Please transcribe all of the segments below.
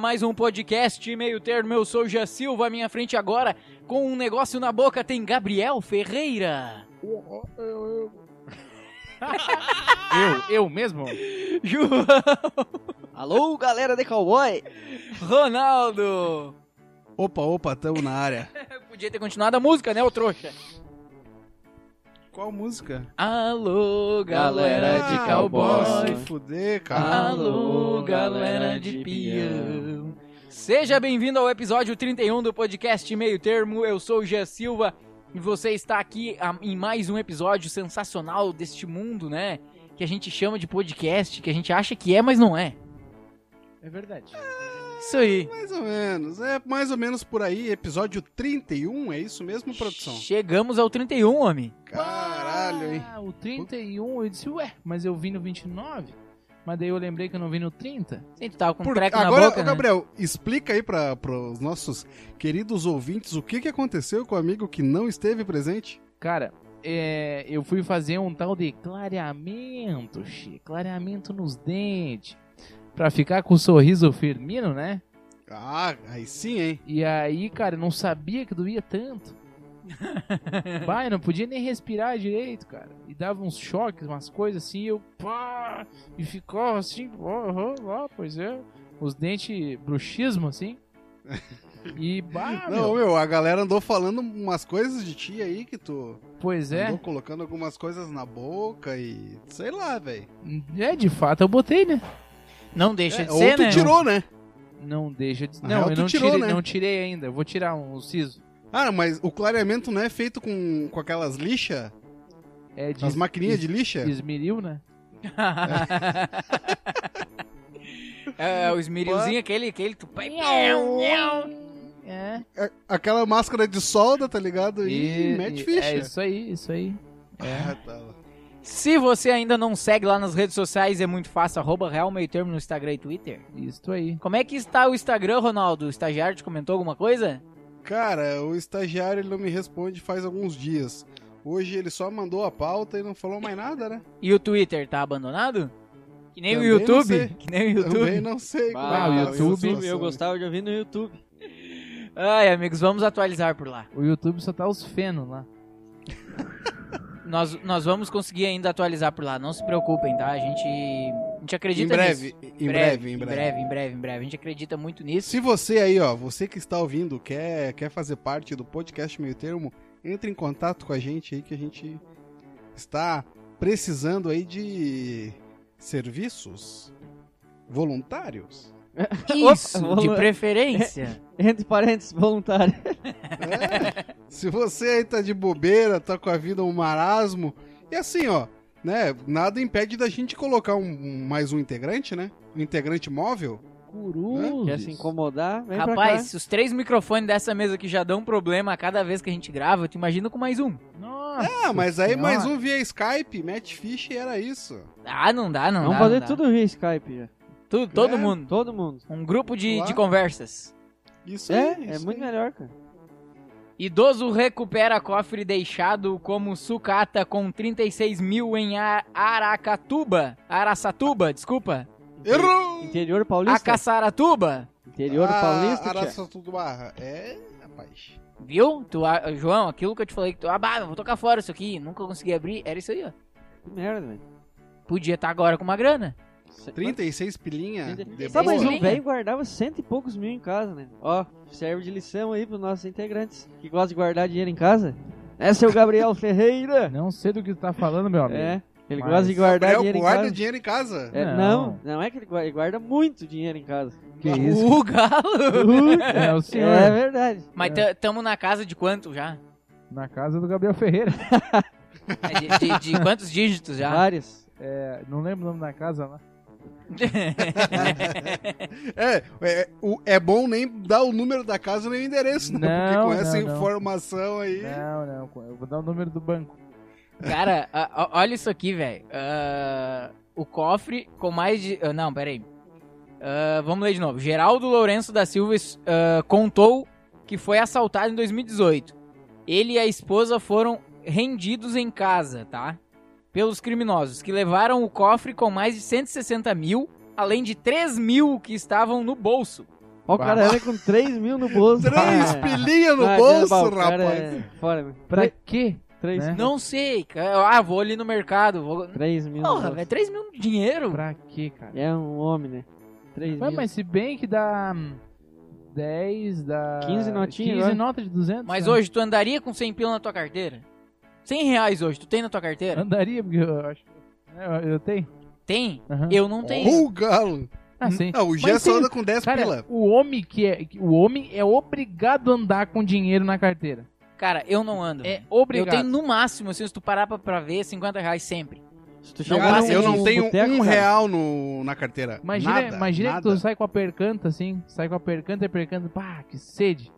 mais um podcast Meio Termo. Eu sou o Gia Silva, à minha frente agora, com um negócio na boca, tem Gabriel Ferreira. Eu, eu mesmo? João Alô, galera de cowboy! Ronaldo. Opa, opa, tamo na área. Podia ter continuado a música, né, ô trouxa? Qual música? Alô, galera de Ah, posso cowboy. Ah. Se fuder, cara. Alô, galera de peão. Seja bem-vindo ao episódio 31 do podcast Meio Termo. Eu sou o Gia Silva e você está aqui ah, em mais um episódio sensacional deste mundo, né? Que a gente chama de podcast, que a gente acha que é, mas não é. É verdade. Isso aí. Mais ou menos. É mais ou menos por aí, episódio 31, é isso mesmo, produção? Chegamos ao 31, homem. Caralho, hein? Ah, o 31, eu disse, ué, mas eu vim no 29? Mas daí eu lembrei que eu não vim no 30. Sei que tu tava com um Por- treco Agora, na boca, ô, né? Gabriel, explica aí para os nossos queridos ouvintes o que, que aconteceu com o amigo que não esteve presente. Cara, é, eu fui fazer um tal de clareamento, che, clareamento nos dentes. Pra ficar com o sorriso firmino, né? Ah, aí sim, hein? E aí, cara, eu não sabia que doía tanto. Vai, não podia nem respirar direito, cara. E dava uns choques, umas coisas assim, e eu pá, e ficava assim, ó, ó, ó, pois é, os dentes bruxismo assim. E Ah, bah, Não, meu, meu, a galera andou falando umas coisas de ti aí que tu pois é. andou colocando algumas coisas na boca e sei lá, velho. É, de fato eu botei, né? Não deixa É, de ou ser, tu né? tirou, né? Não deixa de. Na Não, real, eu tu não tirou, tirei, né? não tirei ainda. Eu vou tirar um siso. Ah, mas o clareamento não é feito com, com aquelas lixas? É de As maquininhas de es- lixa? esmeril, né? é, o esmerilzinho, aquele, aquele... Tu... É. A- Aquela máscara de solda, tá ligado? E, E- mete e- ficha. É isso aí, isso aí. é. Ah, tá. Se você ainda não segue lá nas redes sociais, é muito fácil, arroba Real Meio Termo no Instagram e Twitter. Isso aí. Como é que está o Instagram, Ronaldo? O estagiário te comentou alguma coisa? Cara, o estagiário ele não me responde faz alguns dias. Hoje ele só mandou a pauta e não falou mais nada, né? E o Twitter tá abandonado? Que nem Também o não YouTube? sei. Que nem o Também YouTube? não sei. como Ah, é que o tá essa YouTube, situação, eu né? gostava de ouvir no YouTube. Ai, amigos, vamos atualizar por lá. O YouTube só tá os fenos lá. Nós, nós vamos conseguir ainda atualizar por lá, não se preocupem, tá? A gente, a gente Em acredita breve, nisso. em breve, em breve. Em breve, em breve, em breve. A gente acredita muito nisso. Se você aí, ó, você que está ouvindo, quer, quer fazer parte do podcast Meio Termo, entre em contato com a gente aí que a gente está precisando aí de serviços voluntários. Isso, de vamos- preferência. Entre parênteses, voluntário. É. Se você aí tá de bobeira, tá com a vida um marasmo, e assim, ó, né, nada impede da gente colocar um, um- mais um integrante, né? Um integrante móvel. Curu. Quer se incomodar? Vem pra cá. Rapaz, se os três microfones dessa mesa aqui já dão um problema a cada vez que a gente grava, eu te imagino com mais um. Nossa. Ah, mas aí Senhora. mais um via Skype, match fish e era isso. Ah, não dá, não Vamos dá. fazer não dá. tudo via Skype já. Tudo, todo É. mundo. Todo mundo. Um grupo de, Claro. de conversas. Isso É, aí, é isso muito aí. melhor, cara. Idoso recupera cofre deixado como sucata com 36 mil em A- Aracatuba. Araçatuba, desculpa. Errou! Interior paulista. Acaçaratuba. Interior Ah, paulista, tia. Araçatuba Barra. É, rapaz. Viu? Tu, a- João, aquilo que eu te falei que tu. Ah, bah, vou tocar fora isso aqui. Nunca consegui abrir. Era isso aí, ó. Que merda, velho. Podia estar agora com uma grana. 36 pilinha Trinta- de Sabe, mas boa. o velho guardava cento e poucos mil em casa, né? Ó, serve de lição aí pros nossos integrantes que gostam de guardar dinheiro em casa. Essa é o Gabriel Ferreira. Não sei do que tu tá falando, meu amigo. É, ele Mas- gosta de guardar Gabriel, dinheiro guarda em casa. dinheiro em casa. É, não, não é que ele guarda, ele guarda muito dinheiro em casa. Que isso? O galo! É o senhor. É verdade. Mas t- tamo na casa de quanto já? Na casa do Gabriel Ferreira. É, De, de- de quantos dígitos já? Vários. É, não lembro o nome da casa lá. Ah. É, é, o- é bom nem dar o número da casa nem o endereço, né? Porque Não, com essa não, não. informação aí. Não, não. Eu vou dar o número do banco. Cara, a- a- olha isso aqui, velho. Ah, o cofre com mais de. ah, não, peraí. Ah, vamos ler de novo. Geraldo Lourenço da Silva ah, contou que foi assaltado em 2018. Ele e a esposa foram rendidos em casa, tá? Pelos criminosos, que levaram o cofre com mais de 160 mil, além de 3 mil que estavam no bolso. Ó, o cara anda com 3 mil no bolso. Três pilinhas no bolso, rapaz. É... Fora, meu. Pra quê? 3 Né? Não sei, cara. Ah, vou ali no mercado. Vou... mil no Porra, bolso. velho, 3 mil de dinheiro? Pra quê, cara? É um homem, né? 3 Ué, mil. mas se bem que dá hum, 10, dá... 15 notinha, 15 né? notas de 200. Mas né? hoje, tu andaria com 100 pila na tua carteira? 100 reais hoje, tu tem na tua carteira? Andaria, porque eu acho... Eu, eu tenho. Tem? Aham. Eu não tenho. Ô, galo. Ah, sim. Não, o Mas Gé só tem- anda com 10 Cara, pila. o homem que é... que- O homem é obrigado a andar com dinheiro na carteira. Cara, eu não ando. É velho. Eu obrigado. tenho no máximo, assim, se tu parar pra, pra ver, 50 reais sempre. Se tu Não, chegar Cara, passa num eu não de tenho boteco, um cara, real no, na carteira. Imagina, nada, imagina nada. que tu sai com a percanta, assim. Sai com a percanta e a percanta... Pá, que sede.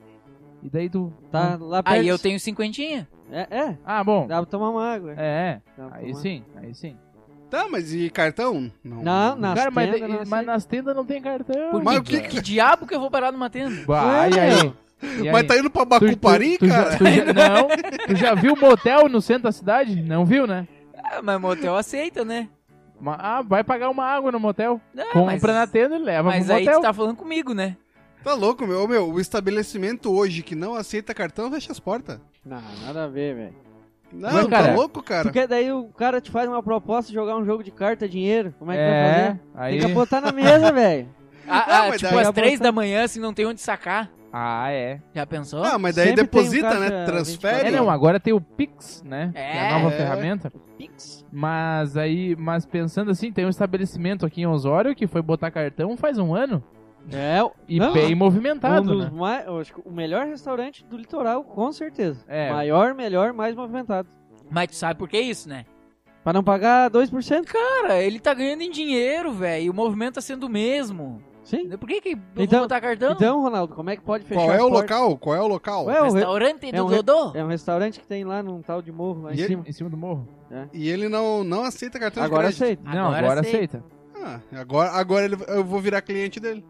E daí tu... Tá lá perto. Aí eu tenho cinquentinha. É, é. Ah, bom. Dá pra tomar uma água. é. É, é. Dá pra Aí tomar. sim, aí sim. Tá, mas e cartão? Não. Não, não. Nas cara, mas, tendas não mas aceita. nas tendas não tem cartão. Por quê? Mas o que que, que- diabo que eu vou parar numa tenda? Vai, Ué, e aí? meu. E Mas aí? tá indo pra Tu- tu- Bacupari, tu já- cara? tu já- não, tu já viu motel no centro da cidade? Não viu, né? Ah, mas motel aceita, né? Ma- Ah, vai pagar uma água no motel. Ah, Não, Compra Ah, mas- na tenda e leva Mas pro aí motel. tu tá falando comigo, né? Tá louco, meu. meu. O estabelecimento hoje que não aceita cartão fecha as portas. Não, nada a ver, velho. Não, Mas, tá cara, louco, cara? Porque daí o cara te faz uma proposta de jogar um jogo de carta, dinheiro. Como é que vai é, fazer? aí... Tem que botar na mesa, velho. Ah, ah, mas tipo, daí- às três da manhã, assim, não tem onde sacar. Ah, é. Já pensou? Ah, mas daí Sempre deposita, tem um né? caixa Transfere. É, 24. não, agora tem o Pix, né? É. Que é a nova É. ferramenta. Pix. Mas aí, mas pensando assim, tem um estabelecimento aqui em Osório que foi botar cartão faz um ano. É, E não, bem um movimentado, dos né? mais, eu acho que o melhor restaurante do litoral, com certeza. É. Maior, melhor, mais movimentado. Mas tu sabe por que isso, né? Pra não pagar 2%? Cara, ele tá ganhando em dinheiro, velho. E o movimento tá sendo o mesmo. Sim. Por que que eu Então- vou botar cartão? Então, Ronaldo, como é que pode fechar Qual é as o portas? local? Qual é o local? Ué, o re- Restaurante do um re- Dodô? É um restaurante que tem lá num tal de morro lá em E ele- um cima. Em cima do morro. E ele não, não aceita cartão um- Agora de crédito. aceita. não, Agora agora aceita. aceita. Ah, agora agora ele- eu vou virar cliente dele.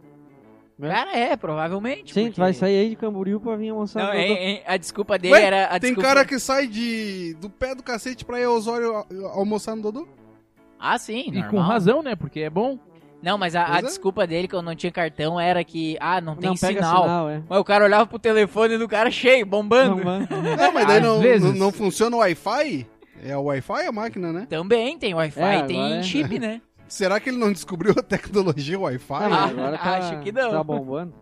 Cara, é, provavelmente. né? Tipo Sim, porque- tu vai sair aí de Camboriú pra vir almoçar Não, é, no hein, Dodô. hein, a desculpa dele Ué, era a Tem Ah, desculpa... cara que sai de, do pé do cacete pra ir ao Osório al- almoçar no Dodô? Ah, sim, E normal. com razão, né? Porque é bom. Não, mas a, a Pois é. desculpa dele que eu não tinha cartão era que, ah, não tem não pega sinal. sinal, é. Mas o cara olhava pro telefone do cara cheio, bombando. Não, mano. Não, mas daí Às não, vezes. não, não funciona o Wi-Fi? É o Wi-Fi a máquina, né? Também tem Wi-Fi, É, agora tem é. chip, né? Será que ele não descobriu a tecnologia Wi-Fi? Ah, mas agora tá, acho que não. Tá bombando.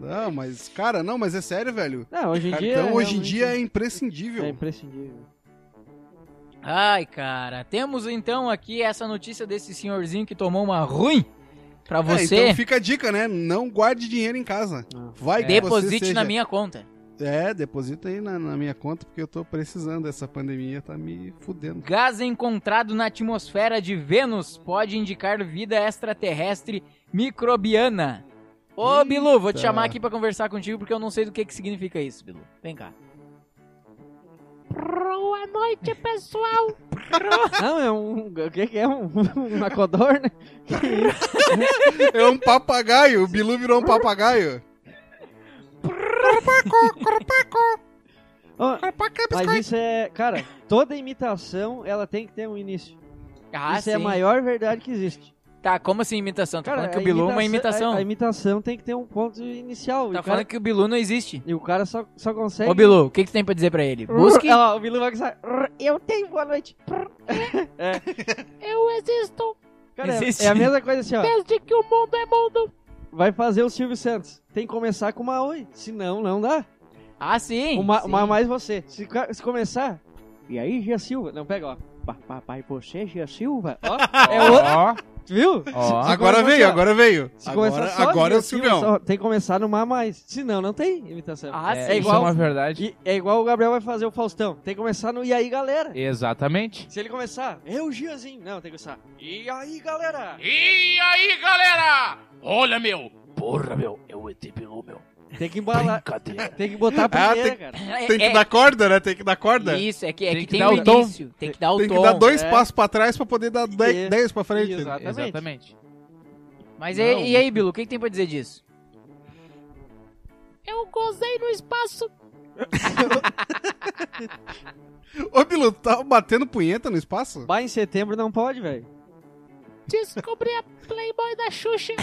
Não, mas, cara, não, mas é sério, velho. Não, hoje em dia... Cartão hoje em realmente dia é É imprescindível. imprescindível. Ai, cara, temos então aqui essa notícia desse senhorzinho que tomou uma ruim pra É, você. É. então fica a dica, né? Não guarde dinheiro em casa. Não. Vai que você Deposite seja... na minha conta. É, deposita aí na, na minha conta, porque eu tô precisando. Essa pandemia tá me fudendo. Gás encontrado na atmosfera de Vênus pode indicar vida extraterrestre microbiana. Ô, Eita. Bilu, vou te chamar aqui pra conversar contigo porque eu não sei do que, que significa isso, Bilu. Vem cá. Boa noite, pessoal. Não, é um... O que que é? Um, né? uma codorna? É um papagaio, o Bilu virou um papagaio. Ó, mas isso é... Cara, toda imitação, ela tem que ter um início. Ah, isso é a sim. maior verdade que existe. Tá, como assim imitação? Tá falando que o Bilu é uma imitação. A, a imitação tem que ter um ponto inicial. e, Tá o cara, falando que o Bilu não existe. e o cara só, só consegue... Ô, Bilu, o que, que tu tem pra dizer pra ele? Busque... Olha lá, Uh, é o Bilu vai começar... Eu tenho boa noite. Eu existo Cara, Existe. é, é a mesma coisa assim, ó. desde que o mundo é mundo. Vai fazer o Silvio Santos. Tem que começar com uma oi. Senão, não dá. Ah, sim. Uma, sim. uma mais você. Se, ca- se começar. E aí, Gia Silva? Não, pega, ó. Pa- Papai, você, Gia Silva? Ó, é outro, Ó, viu? ó. Agora começou veio, só. agora veio. Se Agora, começar só agora é o Gia Silva, Silvião. só tem que começar numa a mais. Senão, não tem imitação. Ah, É, sim. isso é igual- uma verdade. E é igual o Gabriel vai fazer o Faustão. Tem que começar no E aí, galera? Exatamente. Se ele começar, eu, Giazinho. Não, tem que começar. E aí, galera? E aí, galera? Olha, meu. Porra, meu. É o ET pegou, meu. Tem que embalar. Brincadeira. Tem que botar a Ah, primeira, tem- cara. É- Tem que é- dar corda, né? Tem que dar corda. Isso, é que, é Tem que, que tem dar o o tom. início. Tem que dar o Tem tom. que dar dois é. passos pra trás pra poder dar dez, Isso. dez pra frente. Exato. Exatamente. Exatamente. Mas é, Não. e, e aí, Bilu, o que, que tem pra dizer disso? Eu gozei no espaço. Ô, Bilu, tá batendo punheta no espaço? Bah, em setembro não pode, velho. Descobri a Playboy da Xuxa.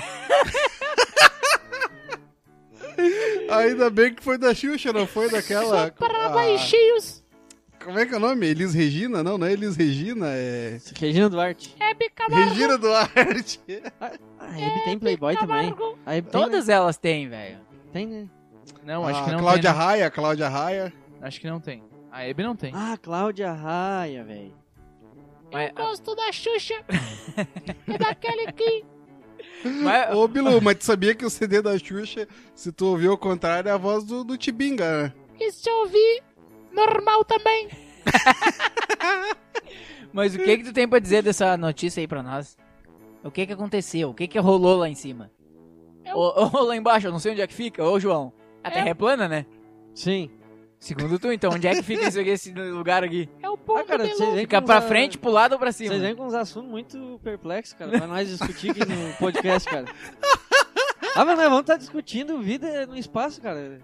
Ainda bem que foi da Xuxa, não foi daquela. a- Cheios. como é que é o nome? Elis Regina? Não, não é Elis Regina, é. Regina Duarte. É, Regina Duarte. A Hebe tem Playboy também. A Hebe tem, Todas elas têm, velho. né? tem, né? Não, acho Ah, que não Cláudia tem. né? Raia, Cláudia Raia. não. Acho que não tem. A Hebe não tem. Ah, Cláudia Raia, velho. Mas, gosto da Xuxa. é daquele mas- Ô, Bilu, mas tu sabia que o CD da Xuxa, se tu ouvir ao contrário, é a voz do, do Tibinga, né? que se ouvir normal também. mas o que que tu tem pra dizer dessa notícia aí pra nós? O que que aconteceu? O que que rolou lá em cima? Eu- Ou, ou lá embaixo, eu não sei onde é que fica. Ô, João, a Terra é plana, né? Sim. Segundo tu, então, onde é que fica isso aqui, esse lugar aqui? É o povo Ah, cara, vocês vêm Fica com pra uma- frente, pro lado ou pra cima? Vocês vêm com uns assuntos muito perplexos, cara, pra nós discutir aqui no podcast, cara. Ah, mas nós vamos estar discutindo vida no espaço, cara.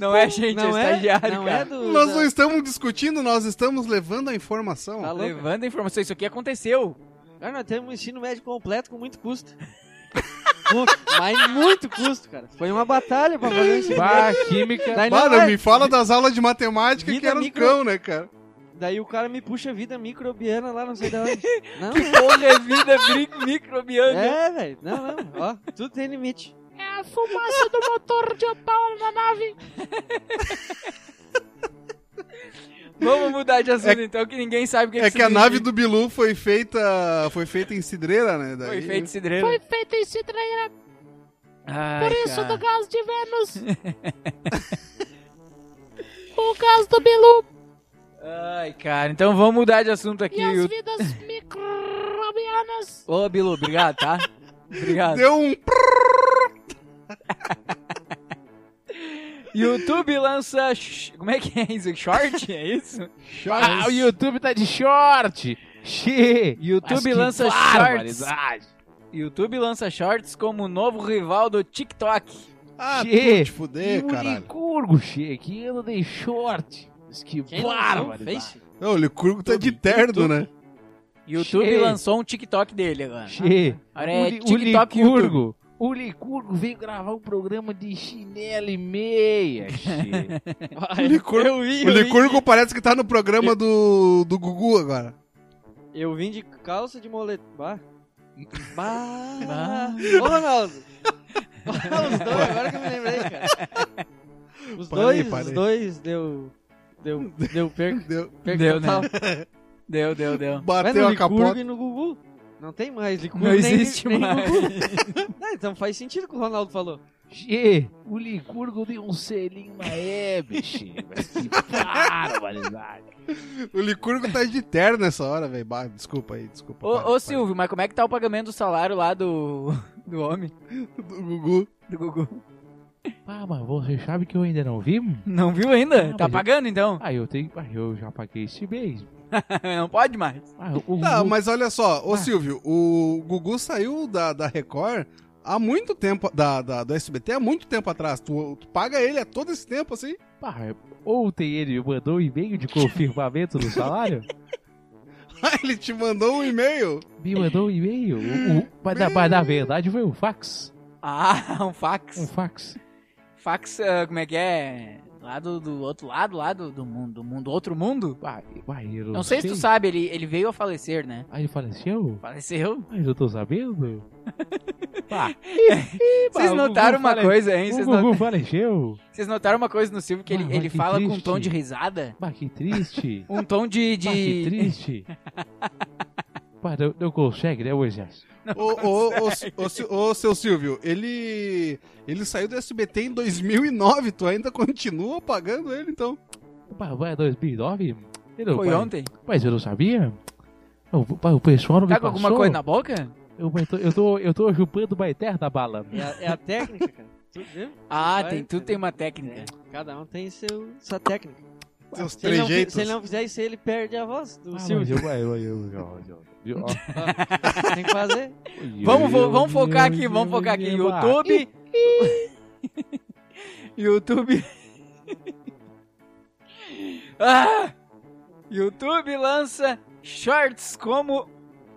Não é gente, não é é, estagiário, não cara. é do... Nós da- não estamos discutindo, nós estamos levando a informação. Tá louco. Levando a informação, isso aqui aconteceu. Cara, nós temos um ensino médio completo com muito custo. Mu- Mas muito custo, cara. Foi uma batalha pra fazer isso. Bah, química. Daí, não Mano, é. me fala das aulas de matemática Vida que era um micro- cão, né, cara? Daí o cara me puxa vida microbiana lá, não sei da onde. Não, Porra, é vida bri- microbiana. é, velho. Não, não. Ó, tudo tem limite. É a fumaça do motor de Opala na nave. Vamos mudar de assunto, então, que ninguém sabe o que É que a significa. nave do Bilu foi feita, foi feita em cidreira, né? Daí... Foi feito cidreiro. Foi feito em cidreira, Ai, por isso cara. do gás de Vênus. o gás do Bilu Ai, cara, então vamos mudar de assunto aqui. e as O- vidas microbianas. Ô, Bilu, obrigado, tá? Obrigado. Deu um... YouTube lança... sh- Como é que é isso? Short? É isso? Ah, o YouTube tá de short. Xê. YouTube Mas que lança shorts. barbaridade. YouTube lança shorts como novo rival do TikTok. Ah, Che. tu te fuder, caralho. Unicurgo, che, que anda de short. Mas que bárbaro. Face? Ô, o Licurgo tá de terno, né? YouTube Che. lançou um TikTok dele agora. Che, Agora o, é li- o TikTok e YouTube. Licurgo. O Licurgo veio gravar um programa de chinelo e meia, che. O Licurgo, Eu vi, o eu vi. Licurgo parece que tá no programa do, do Gugu agora. Eu vim de calça de moletom. Bah. Bah. Bah. Ô, Ronaldo. Bah, os dois, agora que eu me lembrei, cara. Os Parei, dois, parei. os dois deu... Deu, deu perca. Deu- perca Deu, total. Deu, deu, deu. Mas Bateu no a Licurgo capota. e no Gugu. Não tem mais Licurgo Não nem- existe nem, mais. Gugu. Não, então faz sentido o que o Ronaldo falou. Che, o Licurgo deu um selinho na Hebe, che. Mas que barbaridade. O Licurgo tá de terno nessa hora, velho. Bah, Desculpa aí, desculpa. Ô, para, ô para. Silvio, mas como é que tá o pagamento do salário lá do, do homem, Do Gugu. do Gugu? Ah, mas você sabe que eu ainda não vi? Não viu ainda? tá Ah, mas eu- pagando então? Ah, eu tenho. Ah, eu já paguei esse mês. Não pode mais. Ah, o, Tá, o- mas olha só. Ô, Ah. Silvio, o Gugu saiu da, da Record há muito tempo, da, da, do SBT há muito tempo atrás. Tu, tu paga ele há todo esse tempo, assim? Pá, ontem ele mandou um e-mail de confirmamento do salário? Ah, ele te mandou um e-mail. Me mandou um e-mail. O- o- mas, na, mas na verdade foi um fax. Ah, um Um fax. fax. Fax, ah, como é que é? Lá do, do outro lado, lá do, do mundo, do mundo, outro mundo? Pá, pá, eu não, Não sei se tu sabe, ele, ele veio a falecer, né? Aí ele faleceu? Faleceu? Mas eu tô sabendo? Pá, Vocês o notaram Gugu uma fale- coisa, hein? o Vocês Gugu no- faleceu? vocês notaram uma coisa no Silvio que ele, Ah, mas ele que fala com um triste. tom de risada? Pá, que triste. Um tom de. de... Pá, que triste. Pá, não, não consegue, né, Moisés? Ô, ô, ô, ô, Sil- ô, seu Silvio, ele. Ele saiu do SBT em 2009. Tu ainda continua pagando ele, então? Pá, vai 2009? Eu não- Foi pá, ontem? Mas eu não sabia. O, pá, o pessoal não me Tá com passou. alguma coisa na boca? Eu, eu tô, eu, tô, eu tô chupando uma eterna bala. É a, é a técnica, cara. Tudo, viu? Ah, Vai, tem, tudo cara. tem uma técnica. É, cada um tem seu, sua técnica. Seus Se ele, não, fi- trejeitos. se ele não fizer isso, ele perde a voz do Ah, mas Silvio. eu- eu- eu- eu- eu- eu- ó. Tem que fazer. Vamos, fo- vamos focar aqui, vamos focar aqui. ah, YouTube. YouTube. Ah! YouTube lança shorts como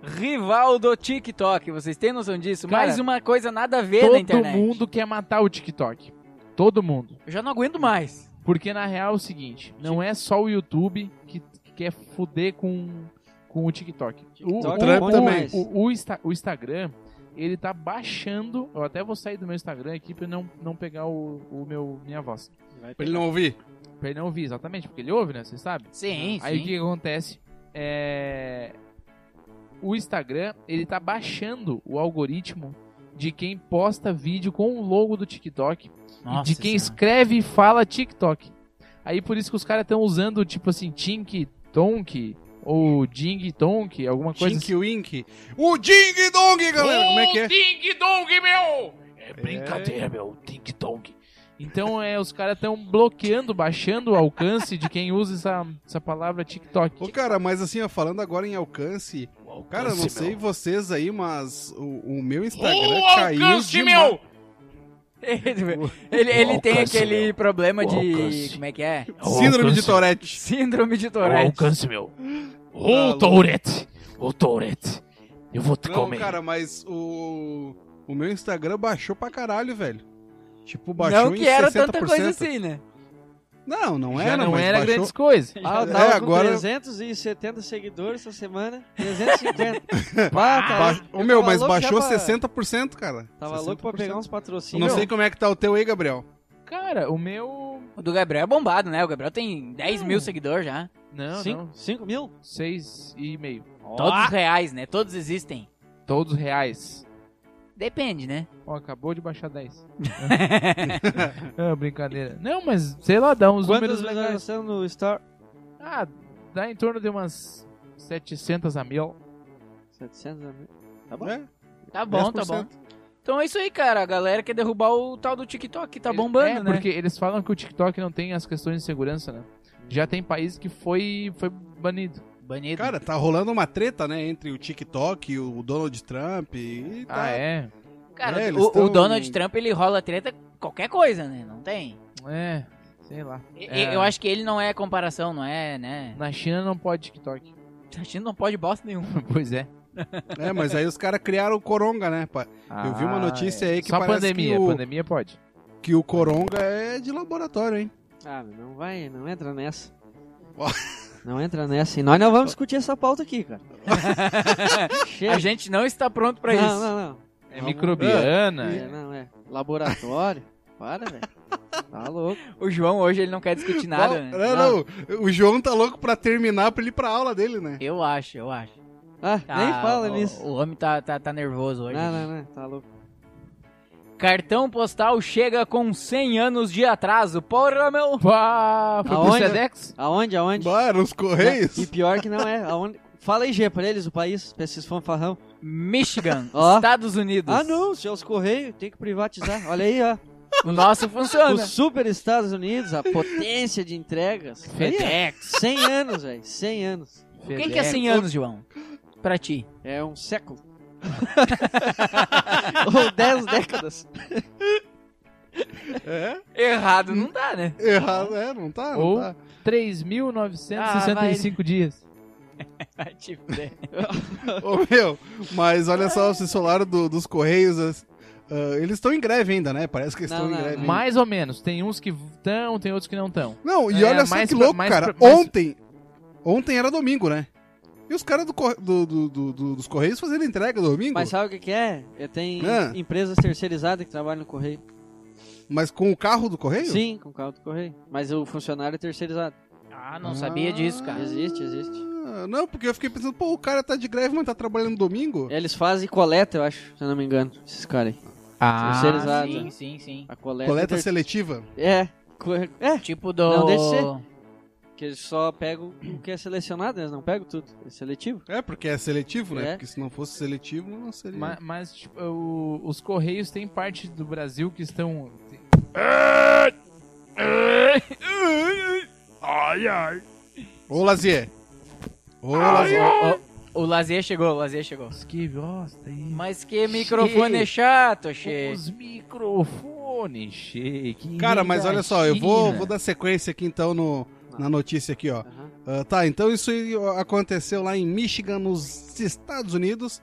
rival do TikTok. Vocês têm noção disso? Cara, Mais uma coisa nada a ver na Todo internet. mundo quer matar o TikTok. Todo mundo. Eu já não aguento mais. Porque na real é o seguinte: não é só o YouTube que, que quer fuder com, com o TikTok. O, TikTok o- Trump o- também. o- o Insta- o Instagram, ele tá baixando. Eu até vou sair do meu Instagram aqui pra não, não pegar o, o meu, minha voz. Pra ele não ouvir. Pra ele não ouvir, exatamente, porque ele ouve, né? Você sabe? Sim, Aí o que que acontece? É... O Instagram, ele tá baixando o algoritmo de quem posta vídeo com o logo do TikTok e de quem escreve e fala TikTok. Aí por isso que os caras estão usando, tipo assim, Tink Tonk ou Ding Tonk, alguma coisa assim. Tink Wink. O Ding Dong, galera! Como é que é? Ding Dong, meu! É brincadeira, meu. Ding Dong. Então é, os caras estão bloqueando, baixando o alcance de quem usa essa, essa palavra TikTok. Ô, cara, mas assim, ó, falando agora em alcance. Cara, eu não sei vocês aí, mas o, o meu Instagram O caiu. alcance, demais. meu! ele ele O tem alcance, aquele meu. problema O de. alcance. Como é que é? Síndrome de Tourette. Síndrome de O Tourette. alcance, meu. Tá Um Ô, louco. Tourette. Ô, Tourette. Eu vou te Não, comer. cara, mas o. O meu Instagram baixou pra caralho, velho. Tipo, baixou Não em que era 60%. tanta coisa assim, né? Não, não Já era, não mas era baixou. grandes coisas. Ah, eu É, tava com agora- 370 seguidores essa semana. 350. Pá, tava- Ba... eu Ô, meu, tava mas louco já baixou pra- 60%, cara. Tava 60%. louco pra pegar uns patrocínios. Não sei como é que tá o teu aí, Gabriel. Cara, o meu. O do Gabriel é bombado, né? O Gabriel tem 10 mil seguidores já. Não, não. 5 mil? Seis e meio. Todos reais, né? Todos existem. Todos reais. Depende, né? Ó, acabou de baixar 10. é, brincadeira. Não, mas sei lá, dá uns Quantas números legais. visualizações no Star? Ah, dá em torno de umas 700 a mil. 700 a mil. Tá bom. É, Tá bom, tá bom. 10%. Então é isso aí, cara. A galera quer derrubar o tal do TikTok que tá Ele- bombando, é, né? porque eles falam que o TikTok não tem as questões de segurança, né? Já tem país que foi, foi banido. Banido. Cara, tá rolando uma treta, né, entre o TikTok e o Donald Trump e tá. Ah, é? Cara, É, eles o, o tão- Donald Trump, ele rola treta qualquer coisa, né? Não tem. É, sei lá. E- e- É. Eu acho que ele não é comparação, não é, né? Na China não pode TikTok. A China não pode bosta nenhuma. pois é. É, mas aí os caras criaram o Coronga, né, pai? Eu vi uma Ah, notícia é. aí que Só parece pandemia, que o- pandemia pode. Que o Coronga é de laboratório, hein? Ah, meu, não vai, não entra nessa. Ó. Não entra nessa. E nós não vamos discutir essa pauta aqui, cara. Chega. A gente não está pronto pra É. não, isso. Não, não, É Vamos- microbiana. né? É, não, é. Laboratório? Para, velho. Tá louco. O João hoje, ele não quer discutir nada, né? Não, não, O João tá louco pra terminar pra ele ir pra aula dele, né? Eu acho, eu acho. Ah, nem Tá, fala o- nisso. O homem tá, tá, tá nervoso hoje. Não, não, não. Tá louco. Cartão postal chega com 100 anos de atraso. Porra, meu! Pá, foi pro Aonde? Sedex? Aonde, aonde? Bah, eram os Correios. E pior que não é. Aonde... Fala aí, G, pra eles, o país, pra esses fanfarrão. Michigan, Ó. Estados Unidos. Ah, não, se é os Correios, tem que privatizar. Olha aí, ó. O nosso Os funciona. super Estados Unidos, a potência de entregas. Aí, ó, FedEx. 100 anos, velho. 100 anos. O que, que é 100 anos, João? Pra ti. É um século. Ou 10 décadas. É? Errado não dá, né? Errado, é, não tá? Não Ou- tá. 3.965 dias. Vai te fuder. Ô, meu, mas olha só, vocês falaram do, dos Correios. as- ah, eles estão em greve ainda, né? Parece que eles Não, estão em não, greve. não. ainda. Mais ou menos. Tem uns que estão, tem outros que não estão. Não, e É, olha só mais que pra- louco, mais cara. pra- mais- Ontem. Ontem era domingo, né? E os caras do, cor- do- do- do- do- dos Correios fazendo entrega domingo, Mas mas, sabe o que, que é? É, Tem Ah. empresas terceirizadas que trabalham no correio. com o carro do Correio? Sim, com o carro do correio. Mas o funcionário é terceirizado. Ah, não sabia disso, cara. Existe, existe. Ah, Não, porque eu fiquei pensando, pô, o cara tá de greve, mas tá trabalhando domingo? Eles fazem coleta, eu acho, se eu não me engano. Esses caras aí. Ah, Terceirizado. sim, sim, sim. A coleta. Coleta ter- seletiva. É. co- É, Tipo do. Não, deixa ser. que eles só pegam o que é selecionado, eles não pegam tudo. É seletivo. É, porque é seletivo, né? É. Porque se não fosse seletivo, não seria. Ma- Mas, tipo, o- os Correios tem parte do Brasil que estão. Ai, ai. Ô, Lazier. Ô, Mas Lazier. O, o, o Lazier chegou, o Lazier chegou. Os que bosta aí. Mas que microfone chato, che. Os microfones, che, que Cara, mas olha só, eu vou, China. vou dar sequência aqui então no, na notícia aqui, ó. Aham. Ah, tá, então isso aí aconteceu lá em Michigan, nos Estados Unidos.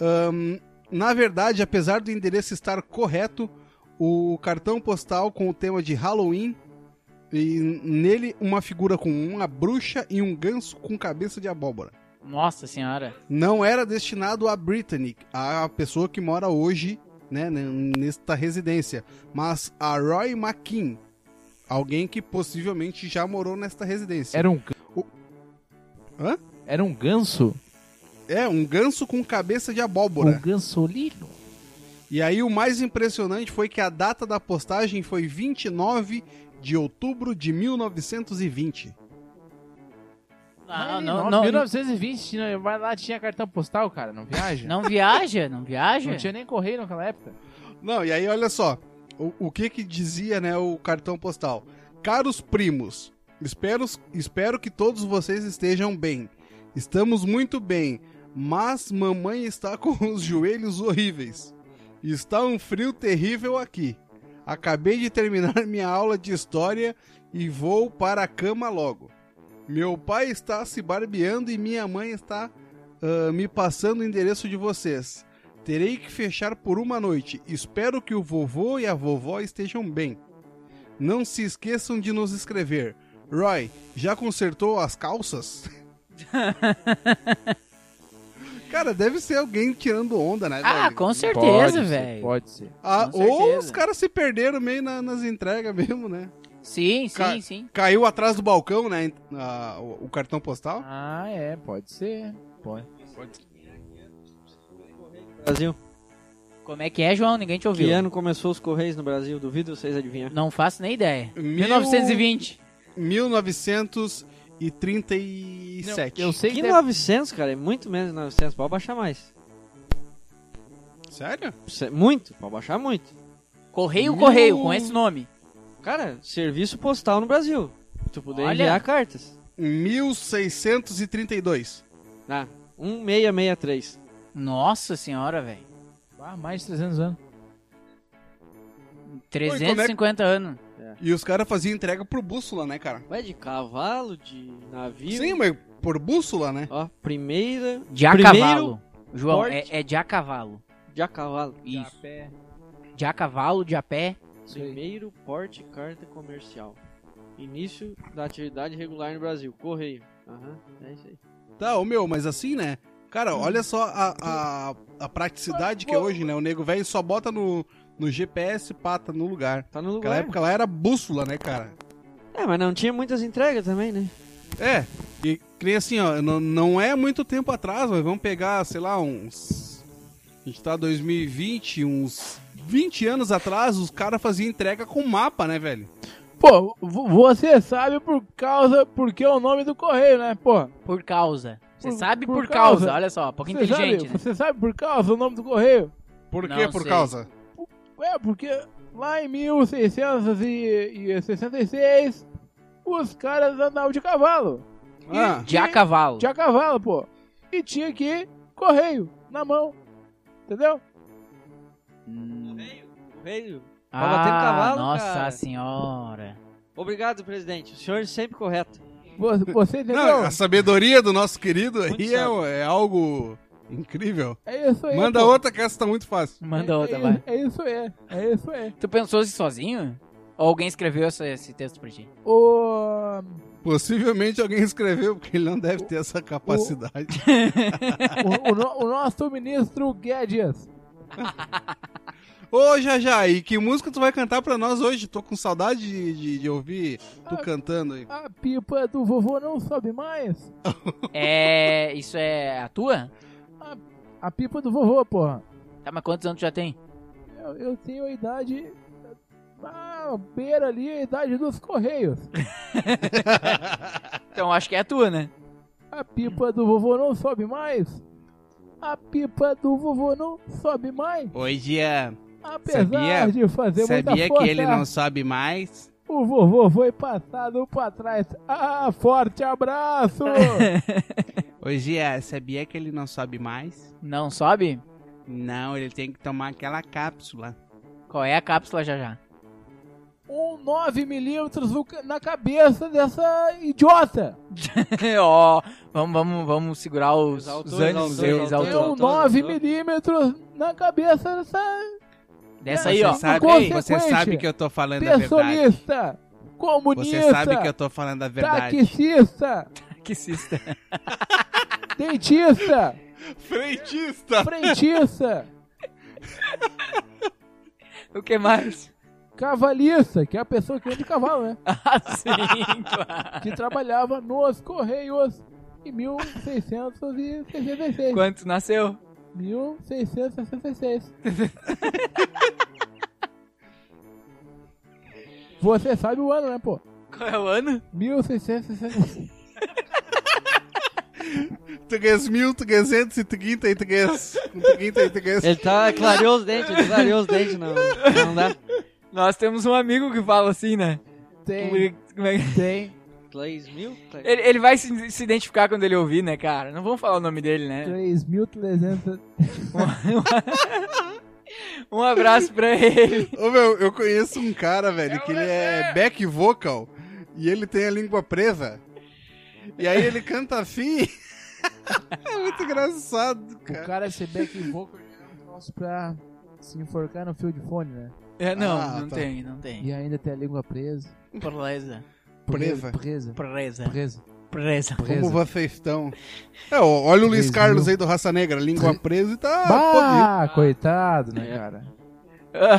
Ahn, na verdade, apesar do endereço estar correto, o cartão postal com o tema de Halloween e nele uma figura com uma bruxa e um ganso com cabeça de abóbora. Nossa senhora. Não era destinado a Brittany, a pessoa que mora hoje né, n- nesta residência, mas a Roy McKean, alguém que possivelmente já morou nesta residência. Era um. gan- O- Hã? Era um ganso? É, um ganso com cabeça de abóbora. Uhum. Um gansolino? E aí o mais impressionante foi que a data da postagem foi 29 de outubro de 1920. Ah, Mas, não, no- não, não, 1920, né, vai lá, tinha cartão postal, cara, não viaja. não viaja, não viaja. Não tinha nem correio naquela época. Não, e aí olha só, o, o que que dizia, né, o cartão postal? Caros primos, espero, espero que todos vocês estejam bem. Estamos muito bem, mas mamãe está com os joelhos horríveis. Está um frio terrível aqui. Acabei de terminar minha aula de história e vou para a cama logo. Meu pai está se barbeando e minha mãe está ah, me passando o endereço de vocês. Terei que fechar por uma noite. Espero que o vovô e a vovó estejam bem. Não se esqueçam de nos escrever. Roy, já consertou as calças? Cara, deve ser alguém tirando onda, né? Ah, velho? com certeza, Pode ser, velho. Pode ser. Ah, com ou certeza. os caras se perderam meio na- nas entregas mesmo, né? Sim, sim, Cara- sim. Caiu atrás do balcão, né? a- o, o cartão postal. Ah, é, pode ser. Pode. Brasil. Como é que é, João? Ninguém te ouviu. Que ano começou os Correios no Brasil? Duvido vocês adivinhar. Não faço nem ideia. Mil- 1920. 1937. Eu sei que Que deve... 900, cara? É muito menos de 900. Pode baixar mais. Sério? Se- Muito? Pode baixar muito. Correio, Mil- correio, com esse nome. Cara, serviço postal no Brasil. Tu poder Olha. enviar cartas. 1632. Ah, 1663. Nossa senhora, velho. Ah, mais de 300 anos. 350 anos. E os caras faziam entrega por bússola, né, cara? Vai de cavalo, de navio. Sim, mas por bússola, né? Ó, primeira De a Primeiro cavalo. João, é, porte- é de a cavalo. de a cavalo. Isso. pé. De a cavalo, de a pé. Isso aí. Primeiro porte carta comercial. Início da atividade regular no Brasil. Correio. Aham, é isso aí. Tá, ô meu, mas assim, né? Hum. Cara, olha só a, a, a praticidade que é hoje, né? O nego velho só bota no, no GPS e pata no lugar. Tá no Naquela lugar. época lá era bússola, né, cara? É, mas não tinha muitas entregas também, né? É, e creio assim, ó, não, não é muito tempo atrás, mas vamos pegar, sei lá, uns. A gente tá 2020, uns 20 anos atrás, os caras faziam entrega com mapa, né, velho? Pô, vo- você sabe por causa, porque é o nome do correio, né, pô? Por causa. Você Por- sabe por, por causa. causa. Olha só, pouco você inteligente, sabe, né? Você sabe por causa o nome do correio? Por Não quê? Por sei. causa? É, porque lá em 1666 os caras andavam de cavalo. Ah. De a cavalo. Tinha cavalo, pô. E tinha que ir correio na mão. Entendeu? Correio. Ah, Tava tendo cavalo, nossa cara. senhora. Obrigado, presidente. O senhor é sempre correto. Vo- Você entendeu? Não, é assim. a sabedoria do nosso querido Muito aí sábio. é, é algo incrível. É isso aí. Manda pô. outra que essa tá muito fácil. Manda É- outra, é, vai. É isso aí. É isso aí. Tu pensou isso sozinho? Ou alguém escreveu essa- esse texto pra ti? O... Possivelmente alguém escreveu, porque ele não deve ter essa capacidade. o, o no- o nosso ministro Guedes. Ô, Jajá, e que música tu vai cantar pra nós hoje? Tô com saudade de, de- de ouvir tu Ah. cantando aí. A pipa do vovô não sobe mais. É. Isso é a tua? A pipa do vovô, porra. Tá, mas quantos anos tu já tem? Eu, eu tenho a idade. Ah, beira ali a idade dos correios. Então acho que é a tua, né? A pipa do vovô não sobe mais. A pipa do vovô não sobe mais. Oi, Gia. Apesar Sabia- de fazer muita força, né? sobe mais? o vovô foi passado pra trás. Ah, forte abraço! Oi, Gia, sabia que ele não sobe mais? Não sobe? Não, ele tem que tomar aquela cápsula. Qual é a cápsula já já? um 9mm no ca- na cabeça dessa idiota! Ó, vamos, vamos, vamos segurar os, Exaltou, os ânimos, Um exaltou, os exaltou. exaltou. tô, Deu tô, tô. 9mm na cabeça dessa Dessa aí, ó. Não Você sabe, consequente. você sabe que eu tô falando a É verdade. Personista! Comunista! Você sabe que eu tô falando a verdade. Taxista! Que cista. Dentista! Frentista! Frentista! O que mais? Cavalista, que é a pessoa que anda de cavalo, né? Ah, sim, claro. Que trabalhava nos Correios em 1666. Quando tu nasceu? 1666. Você sabe o ano, né, pô? Qual é o ano? 1666. 3.333. Com 33. Ele tá, clareou os dentes, ele clareou os dentes, não, não dá. Nós temos um amigo que fala assim, né? Tem, Como é que- tem. 3 mil? Ele, ele vai se, se identificar quando ele ouvir, né, cara? Não vamos falar o nome dele, né? 3.300. Um abraço pra ele. Ô, meu, eu conheço um cara, velho, que ele é back vocal e ele tem a língua presa. E aí ele canta assim. é muito engraçado, O cara. cara ser back vocal é um troço pra se enforcar no fio de fone, né? É, não, Ah, não tá. tem, não tem. E ainda ter a língua presa. Presa. Presa. Presa. Presa. Presa. Presa. Como Presa. vocês estão? É, ó, olha o Luiz Três Carlos mil. aí do Raça Negra, língua presa e tá. podre. Bah, coitado, né, É. cara?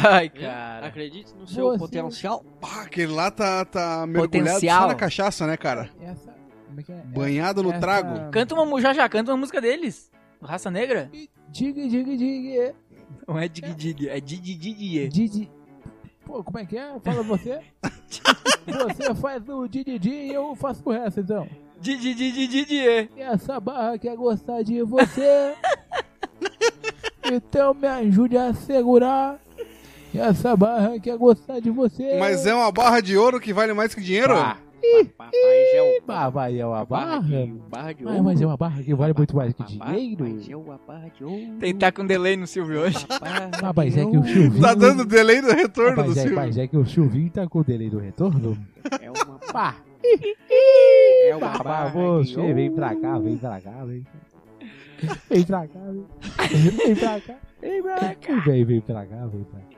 Ai, cara. Acredite no seu Você- potencial. Bah, aquele lá tá, tá mergulhado Potencial. só na cachaça, né, cara? Essa. Como é que é? Banhado no Essa- trago. Canta uma, mu- já já, canta uma música deles. Do Raça Negra? Dig, dig, dig. Não é dig dig, é dig dig dig. Didi. Pô, como é que é? Fala você. você faz o Didi e eu faço o resto, então. Dig dig dig dig, dig. E essa barra quer gostar de você. então me ajude a segurar. E essa barra quer gostar de você. Mas é uma barra de ouro que vale mais que dinheiro? Bah, vai, é uma barra. Barra de Mas, mas é uma barra que vale muito mais que Mas dinheiro. é uma barra de ouro. Tem que tá com delay no Silvio hoje. Ah, mas é que o Silvinho... Tá dando delay no Ah, retorno do mas, é, Silvio. mas é que o Silvinho tá com o delay do retorno. É uma Pá, é uma pá, né, barra de você, ouro. vem pra cá, vem pra cá, vem pra cá. Vem pra cá, vem vem pra cá. Vem pra cá. Vem, vem pra cá, vem pra cá.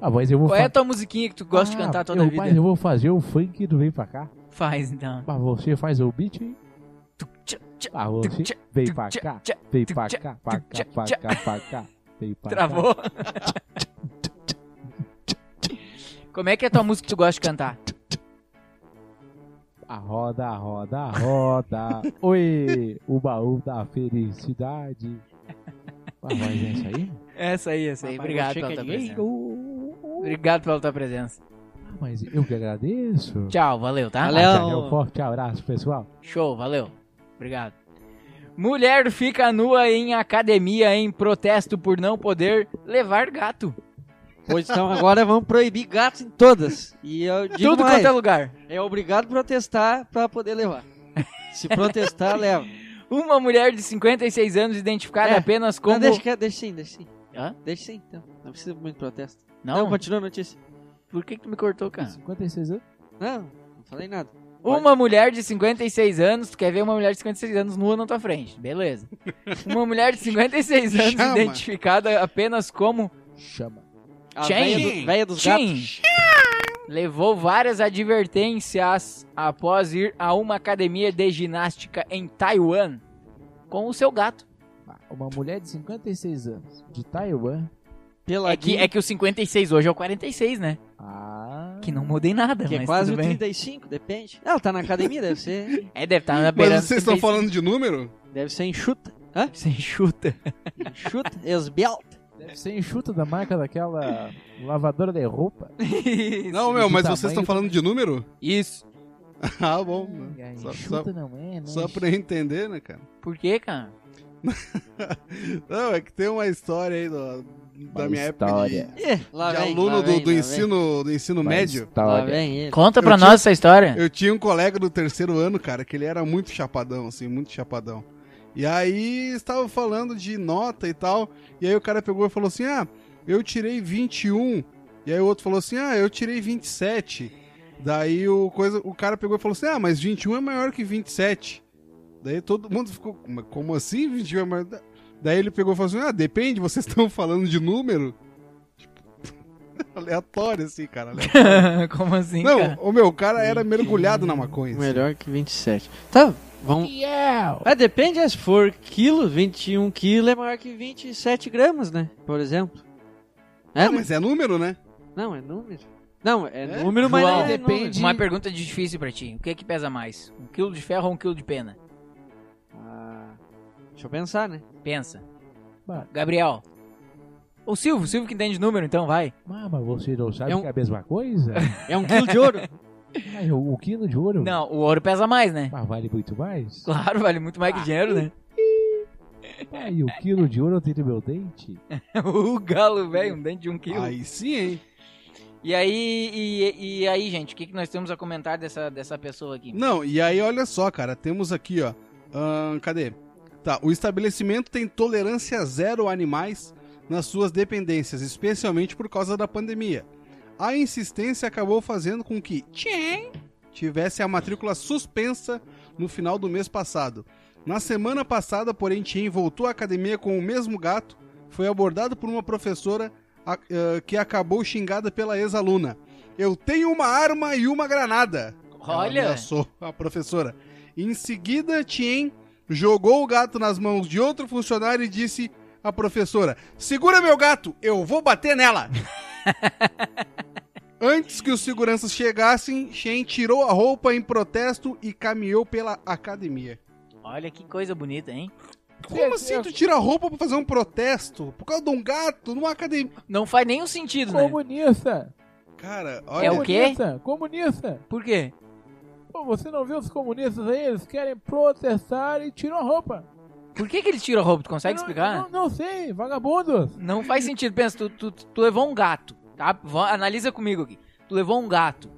Ah, mas eu vou... Qual é a fa- tua musiquinha que tu gosta de Ah, cantar toda eu, a vida? Mas eu vou fazer o funk do Vem Pra Cá. Faz então. Mas você faz o beat. Tu, tchá, tchá, Ah, tu, você... tchá, Vem tu, pra tchá, cá, tchá. vem tu, pra tchá, cá, tu, pra tchá, cá, pra tchá. cá, pra cá. Vem pra cá. Travou? Como é que é a tua música que tu gosta de cantar? A roda, a roda, a roda. Oi, o baú da felicidade. Ah, mas é isso aí? Essa aí, essa aí. Mas Obrigado você pela quer tua dinheiro? presença. Obrigado pela tua presença. Ah, mas eu que agradeço. Tchau, valeu, tá? Valeu. Um forte abraço, pessoal. Show, valeu. Obrigado. Mulher fica nua em academia em protesto por não poder levar gato. Pois então, agora vamos proibir gatos em todas. E eu digo Tudo mais, quanto é lugar. é obrigado a protestar pra poder levar. Se protestar, leva. Uma mulher de 56 anos identificada É, apenas como. Não, deixa, que- deixa sim, deixa sim. Hã? Deixa sim, então. Não precisa muito protesto. Não, continua a notícia. por que, que tu me cortou, cara? 56 anos. Não, não falei nada. Uma mulher de 56 anos, tu quer ver uma mulher de 56 anos nua na tua frente, beleza. Uma mulher de 56 anos Chama. identificada apenas como Chama. A Tchim. véia do- véia dos Tchim. gatos. levou várias advertências após ir a uma academia de ginástica em Taiwan com o seu gato. Ah, Uma mulher de 56 anos, de Taiwan. É que, Peladinho, é que o 56 hoje é o 46, né? Ah. Que não mudei nada, que é mas quase o tudo bem. 35, depende. Ela tá na academia, deve ser. É, deve estar na beira Mas vocês estão falando de número? Deve ser enxuta. Sem chuta. Enxuta, esbelta. Deve ser enxuta da marca daquela lavadora de roupa. Não, meu, do mas vocês estão tamanho falando de número? Isso. Ah, bom. Ah, Só- enxuta não é, né? Só pra eu entender, né, cara? Por quê, cara? Não, é que tem uma história aí do- da Uma minha história. época de- Ih, lá de, vem, aluno lá do, vem, do lá ensino, do ensino Uma médio. Vem. Lá história. vem ele. Conta Eu pra tinha- nós essa história. Eu tinha um colega do terceiro ano, cara, que ele era muito chapadão, assim, muito chapadão. E aí estava falando de nota e tal. E aí o cara pegou e falou assim: Ah, eu tirei 21. E aí o outro falou assim: Ah, eu tirei 27. Daí o, coisa, o cara pegou e falou assim: Ah, mas 21 é maior que 27. Daí todo mundo ficou: "Mas Como assim 21 é maior? Daí ele pegou e falou assim: Ah, depende, vocês estão falando de número? Tipo, Aleatório, assim, cara. aleatório. Como assim, Não, cara? o meu cara era mergulhado na maconha. assim. Melhor que 27. Tá, vamos. Yeah. Ah, depende, se for quilo, 21 quilo é maior que 27 gramas, né? Por exemplo. É, Ah, né? mas é número, né? Não, é número. Não, é, É? número, mas João, não é depende. Uma pergunta difícil pra ti. O que é que pesa mais? Um quilo de ferro ou um quilo de pena? número. Ah, deixa eu pensar, né? Pensa. Bah. Gabriel. O Silvio, o Silvio que entende número, então vai. Ah, mas você não sabe É um- que é a mesma coisa? É um quilo de ouro. Mas o, o quilo de ouro Não, o ouro pesa mais, né? mas vale muito mais. Claro, vale muito mais que dinheiro, né? Ah, e o quilo de ouro eu tenho no meu dente? o galo, velho, um dente de um quilo. Aí sim, hein? E aí, e, e aí, gente, o que, que nós temos a comentar dessa, dessa pessoa aqui? Não, e aí olha só, cara, temos aqui, ó. ahn, cadê? Tá, o estabelecimento tem tolerância zero a animais nas suas dependências, especialmente por causa da pandemia. A insistência acabou fazendo com que Tchim tivesse a matrícula suspensa no final do mês passado. Na semana passada, porém, Tchim voltou à academia com o mesmo gato, foi abordado por uma professora a- ah, que acabou xingada pela ex-aluna. Eu tenho uma arma e uma granada. Ela Olha, ameaçou a professora. Em seguida, Tien jogou o gato nas mãos de outro funcionário e disse à professora: Segura meu gato, eu vou bater nela. Antes que os seguranças chegassem, Shen tirou a roupa em protesto e caminhou pela academia. olha que coisa bonita, hein? Como assim tu tira a roupa pra fazer um protesto? Por causa de um gato numa academia? Não faz nenhum é. sentido, né? Comunista! Cara, É olha. o quê? Comunista! Comunista! Por quê? Pô, você não viu os comunistas aí? Eles querem protestar e tiram a roupa. Por que, que eles tiram a roupa? Tu consegue Eu não- explicar? eu Não, não sei, vagabundos. Não faz sentido. Pensa, tu, tu, tu levou um gato, tá? Va- Analisa comigo aqui. Tu levou um gato.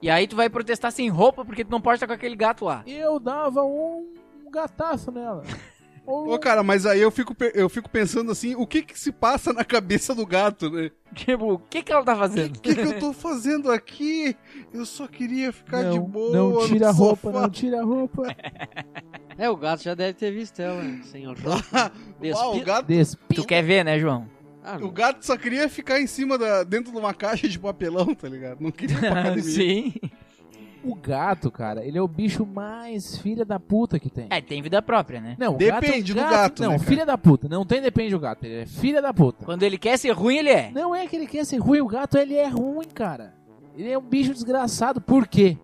E aí tu vai protestar sem roupa porque tu não pode estar com aquele gato lá. Eu dava um, um gataço nela. Ou Ô, cara, mas aí eu fico, pe- eu fico pensando assim: o que que se passa na cabeça do gato, né? Tipo, o que que ela tá O que, fazendo? que que eu tô fazendo aqui? Eu só queria ficar de não, boa. não no tira a roupa, sofá. não tira a roupa. É, o gato já deve ter visto ela, né? sem a roupa. Ah, o, Despi- gato, Tu Despido. quer ver, né, João? Ah, o não. gato só queria ficar em cima da. dentro de uma caixa de papelão, tá ligado? Não queria ir pra academia. Sim. O gato, cara, ele é o bicho mais filha da puta que tem. É, tem vida própria, né? Não, o Depende do gato, é um gato, Não, né, cara? filha da puta. Não tem depende do gato. Ele é filha da puta. Quando ele quer ser ruim, ele é. Não é que ele quer ser ruim, o gato ele é ruim, cara. Ele é um bicho desgraçado, por quê?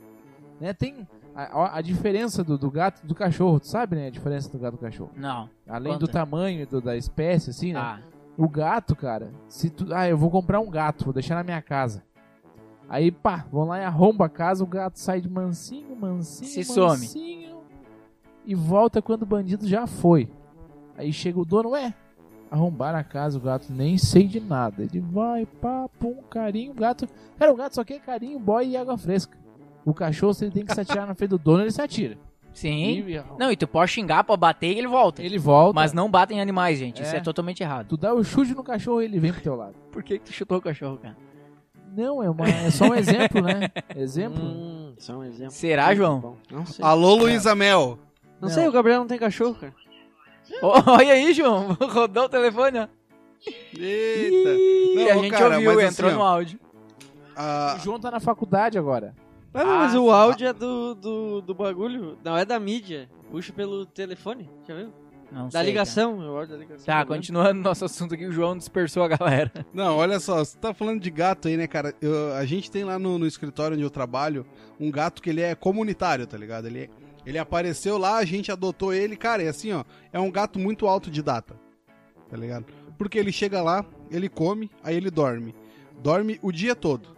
Né, tem a, a- a diferença do, do gato e do cachorro, tu sabe, né? A diferença do gato e do cachorro. Não. Além Conta. do tamanho do- da espécie, assim, né? Ah, O gato, cara, se tu. Ah, eu vou comprar um gato, vou deixar na minha casa. Aí, pá, vão lá e arromba a casa, o gato sai de mansinho, mansinho, Se some. mansinho. E volta quando o bandido já foi. Aí chega o dono, ué, arrombaram a casa, o gato nem sei de nada. Ele vai, pá, pum, carinho, o gato. Cara, o gato só quer carinho, boy e água fresca. O cachorro, se ele tem que se atirar na frente do dono, ele se atira. sim. E- Não, e tu pode xingar, pode bater e ele volta. Ele volta. Mas não batem em animais, gente. Isso É. é totalmente errado. Tu dá o chute no cachorro e ele vem pro teu lado. Por que, que tu chutou o cachorro, cara? Não, é, uma- é só um exemplo, né? Exemplo. Hum, só um exemplo. Ah, Será, João? Bom, Não sei. Alô, Luísa Mel. não, sei, o Gabriel não tem cachorro, cara. Ô, olha aí, João. Rodou o telefone, ó. Eita. Ih, Não, a ô, gente cara, ouviu, mas entrou assim, ó, no áudio. O a- João tá na faculdade agora. Ah, não, mas Ah, o áudio é do, do, do bagulho. Não, é da mídia. Puxa pelo telefone, já viu? Não Da sei, ligação, o áudio da ligação. Tá, Gabriel. continuando nosso assunto aqui, o João dispersou a galera. Não, olha só, você tá falando de gato aí, né, cara? Eu- a gente tem lá no, no escritório onde eu trabalho um gato que ele é comunitário, tá ligado? Ele, é- ele apareceu lá, a gente adotou ele, cara, é assim, ó, é um gato muito autodidata, tá ligado? Porque ele chega lá, ele come, aí ele dorme. Dorme o dia todo.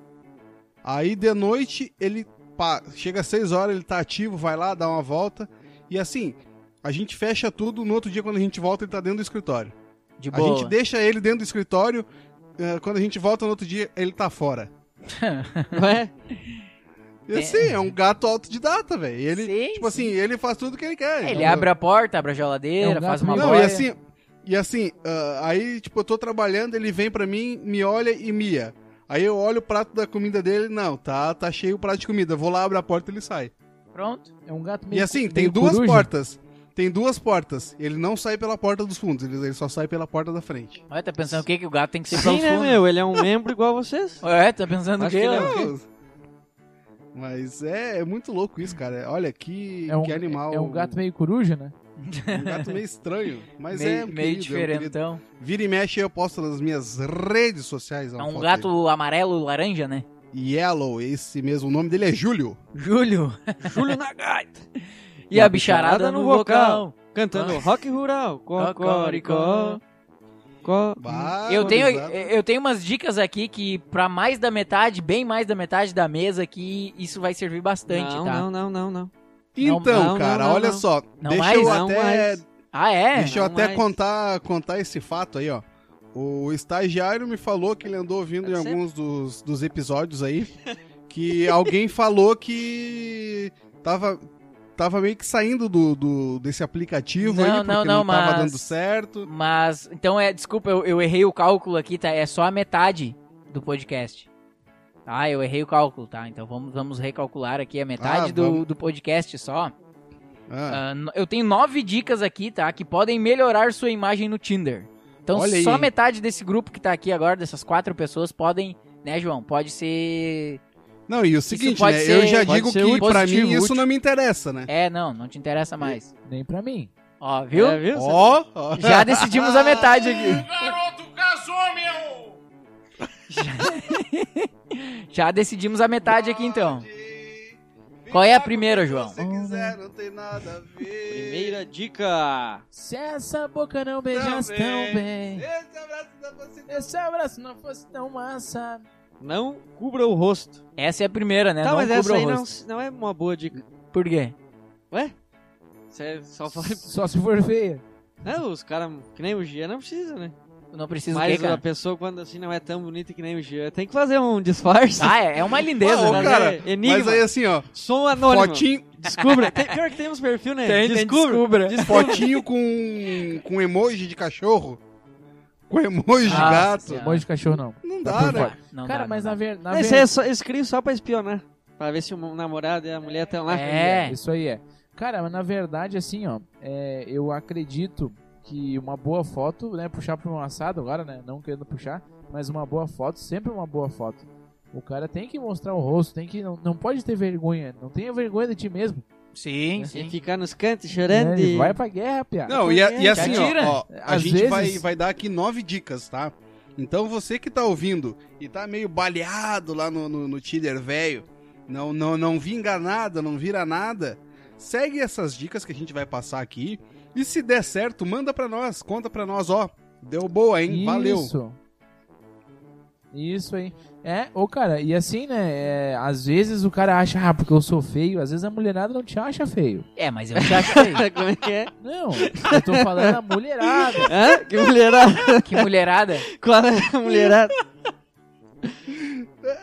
Aí de noite ele pá, chega às 6 horas, ele tá ativo, vai lá, dá uma volta. E assim, a gente fecha tudo, no outro dia quando a gente volta ele tá dentro do escritório. De A boa. gente deixa ele dentro do escritório. eh, quando a gente volta no outro dia, ele tá fora. Ué? E assim, é um gato autodidata, velho. E Ele, Sim, tipo assim, ele faz tudo que ele quer. Ele entendeu? abre a porta, abre a É geladeira, um faz gato uma meio- Não, boia. e assim, e assim, ah, aí, tipo, eu tô trabalhando, ele vem pra mim, me olha e mia. Aí eu olho o prato da comida dele, não, tá, tá cheio o prato de comida. Eu Vou lá, abro a porta e ele sai. Pronto. É um gato meio E assim, meio tem duas coruja. portas. Tem duas portas. Ele não sai pela porta dos fundos, ele, ele só sai pela porta da frente. Ué, tá pensando o que que o gato tem que ser Sim, pelos né, fundos? meu? Ele é um membro igual a vocês. Ué, tá pensando o Acho quê? que ele ó? Não. Mas é, é muito louco isso, cara. Olha que, É um, que animal. é um gato meio coruja, né? um gato meio estranho. Mas meio é um meio querido, é um querido. diferentão. Vira e mexe, eu posto nas minhas redes sociais. É uma um foto gato amarelo laranja, né? dele. Yellow, esse mesmo. O nome dele é Júlio. Júlio. Júlio na gaita. E, a bicharada no vocal. Cantando rock rural. Cocoricó. Có... Ah, Eu tenho, Barbarizado. eu tenho umas dicas aqui que pra mais da metade, bem mais da metade da mesa que isso vai servir bastante, Não, tá? não, não, não, não. Então, não, não, cara, não, olha não. só. Não deixa mais, eu não até, mais. Ah, é? deixa eu não até mais. contar, contar esse fato aí, ó. O estagiário me falou que ele andou ouvindo em Sempre. alguns dos, dos episódios aí que alguém falou que tava, tava meio que saindo do, do- desse aplicativo aí, Não, porque não, não, não, tava mas- dando certo. Mas, então é, desculpa, eu, eu errei o cálculo aqui, tá? É só a metade do podcast. Tá, eu errei o cálculo, tá? Então vamos, vamos recalcular aqui a metade Ah, do, vamos. do podcast só. Ah, Ah, no- eu tenho nove dicas aqui, tá? Que podem melhorar sua imagem no Tinder. Então Olha só aí. metade desse grupo que tá aqui agora, dessas quatro pessoas, podem, né, João? Pode ser. não, e o seguinte, pode né? ser- eu já pode digo ser que pra positivo, mim isso útil. não me interessa, né? É, não, não te interessa mais. Nem pra mim. Ó, viu? É, viu? Ó, ó. Já decidimos a metade aqui. O garoto casou, meu! Já decidimos a metade aqui então. Qual é a primeira, João? Se quiser, não tem nada a ver. Primeira dica. Se essa boca não beijasse tão bem, Esse abraço da você. esse abraço não fosse tão massa. Não cubra o rosto. Essa é a primeira, né? tá, não mas cubra essa o aí não, rosto. não é uma boa dica. Por quê? Ué? Você só fala... Só se for feia. Não, os caras, que nem o Gia, não precisa, né? Eu não preciso o mas quê, a cara? pessoa, quando assim, não é tão bonita que nem o Gia, tem que fazer um disfarce. Ah, é, é uma lindeza, Ô, né? cara, Enigma. Mas aí assim, ó, Som anônimo. fotinho, Descubra. Tem, pior que tem uns perfil, né? Tem, tem, Descubra. descubra. fotinho com, com emoji de cachorro, com emoji de Nossa gato. Senhora. Monte de cachorro Ah, não. Não Tá dá, por né? fora. Não Cara, dá, mas não na dá. verdade. Mas isso aí é só, eles criam só pra espionar. Pra ver se o namorado e a mulher estão lá. É. Isso aí é. Cara, mas na verdade, assim, ó, é, eu acredito que uma boa foto, né, puxar pra um assado agora, né, não querendo puxar, mas uma boa foto, sempre uma boa foto. O cara tem que mostrar o rosto, tem que, não, não pode ter vergonha, não tenha vergonha de ti mesmo. Sim, E sim. ficar nos cantos chorando. né, e- vai pra guerra, piada. Não, e, a- e assim, Já tira. ó, ó, a Às gente vezes- vai, vai dar aqui nove dicas, tá? Então você que tá ouvindo e tá meio baleado lá no, no, no Tinder velho, não, não, não vinga nada, não vira nada, segue essas dicas que a gente vai passar aqui e se der certo, manda pra nós, conta pra nós, ó. Deu boa, hein? Valeu. Isso. Isso aí. É, ô cara, e assim, né? é, às vezes o cara acha, ah, porque eu sou feio, às vezes a mulherada não te acha feio. É, mas eu te achei. Como é que é? Não, eu tô falando a mulherada. Hã? Que mulherada. que mulherada. Qual é a mulherada?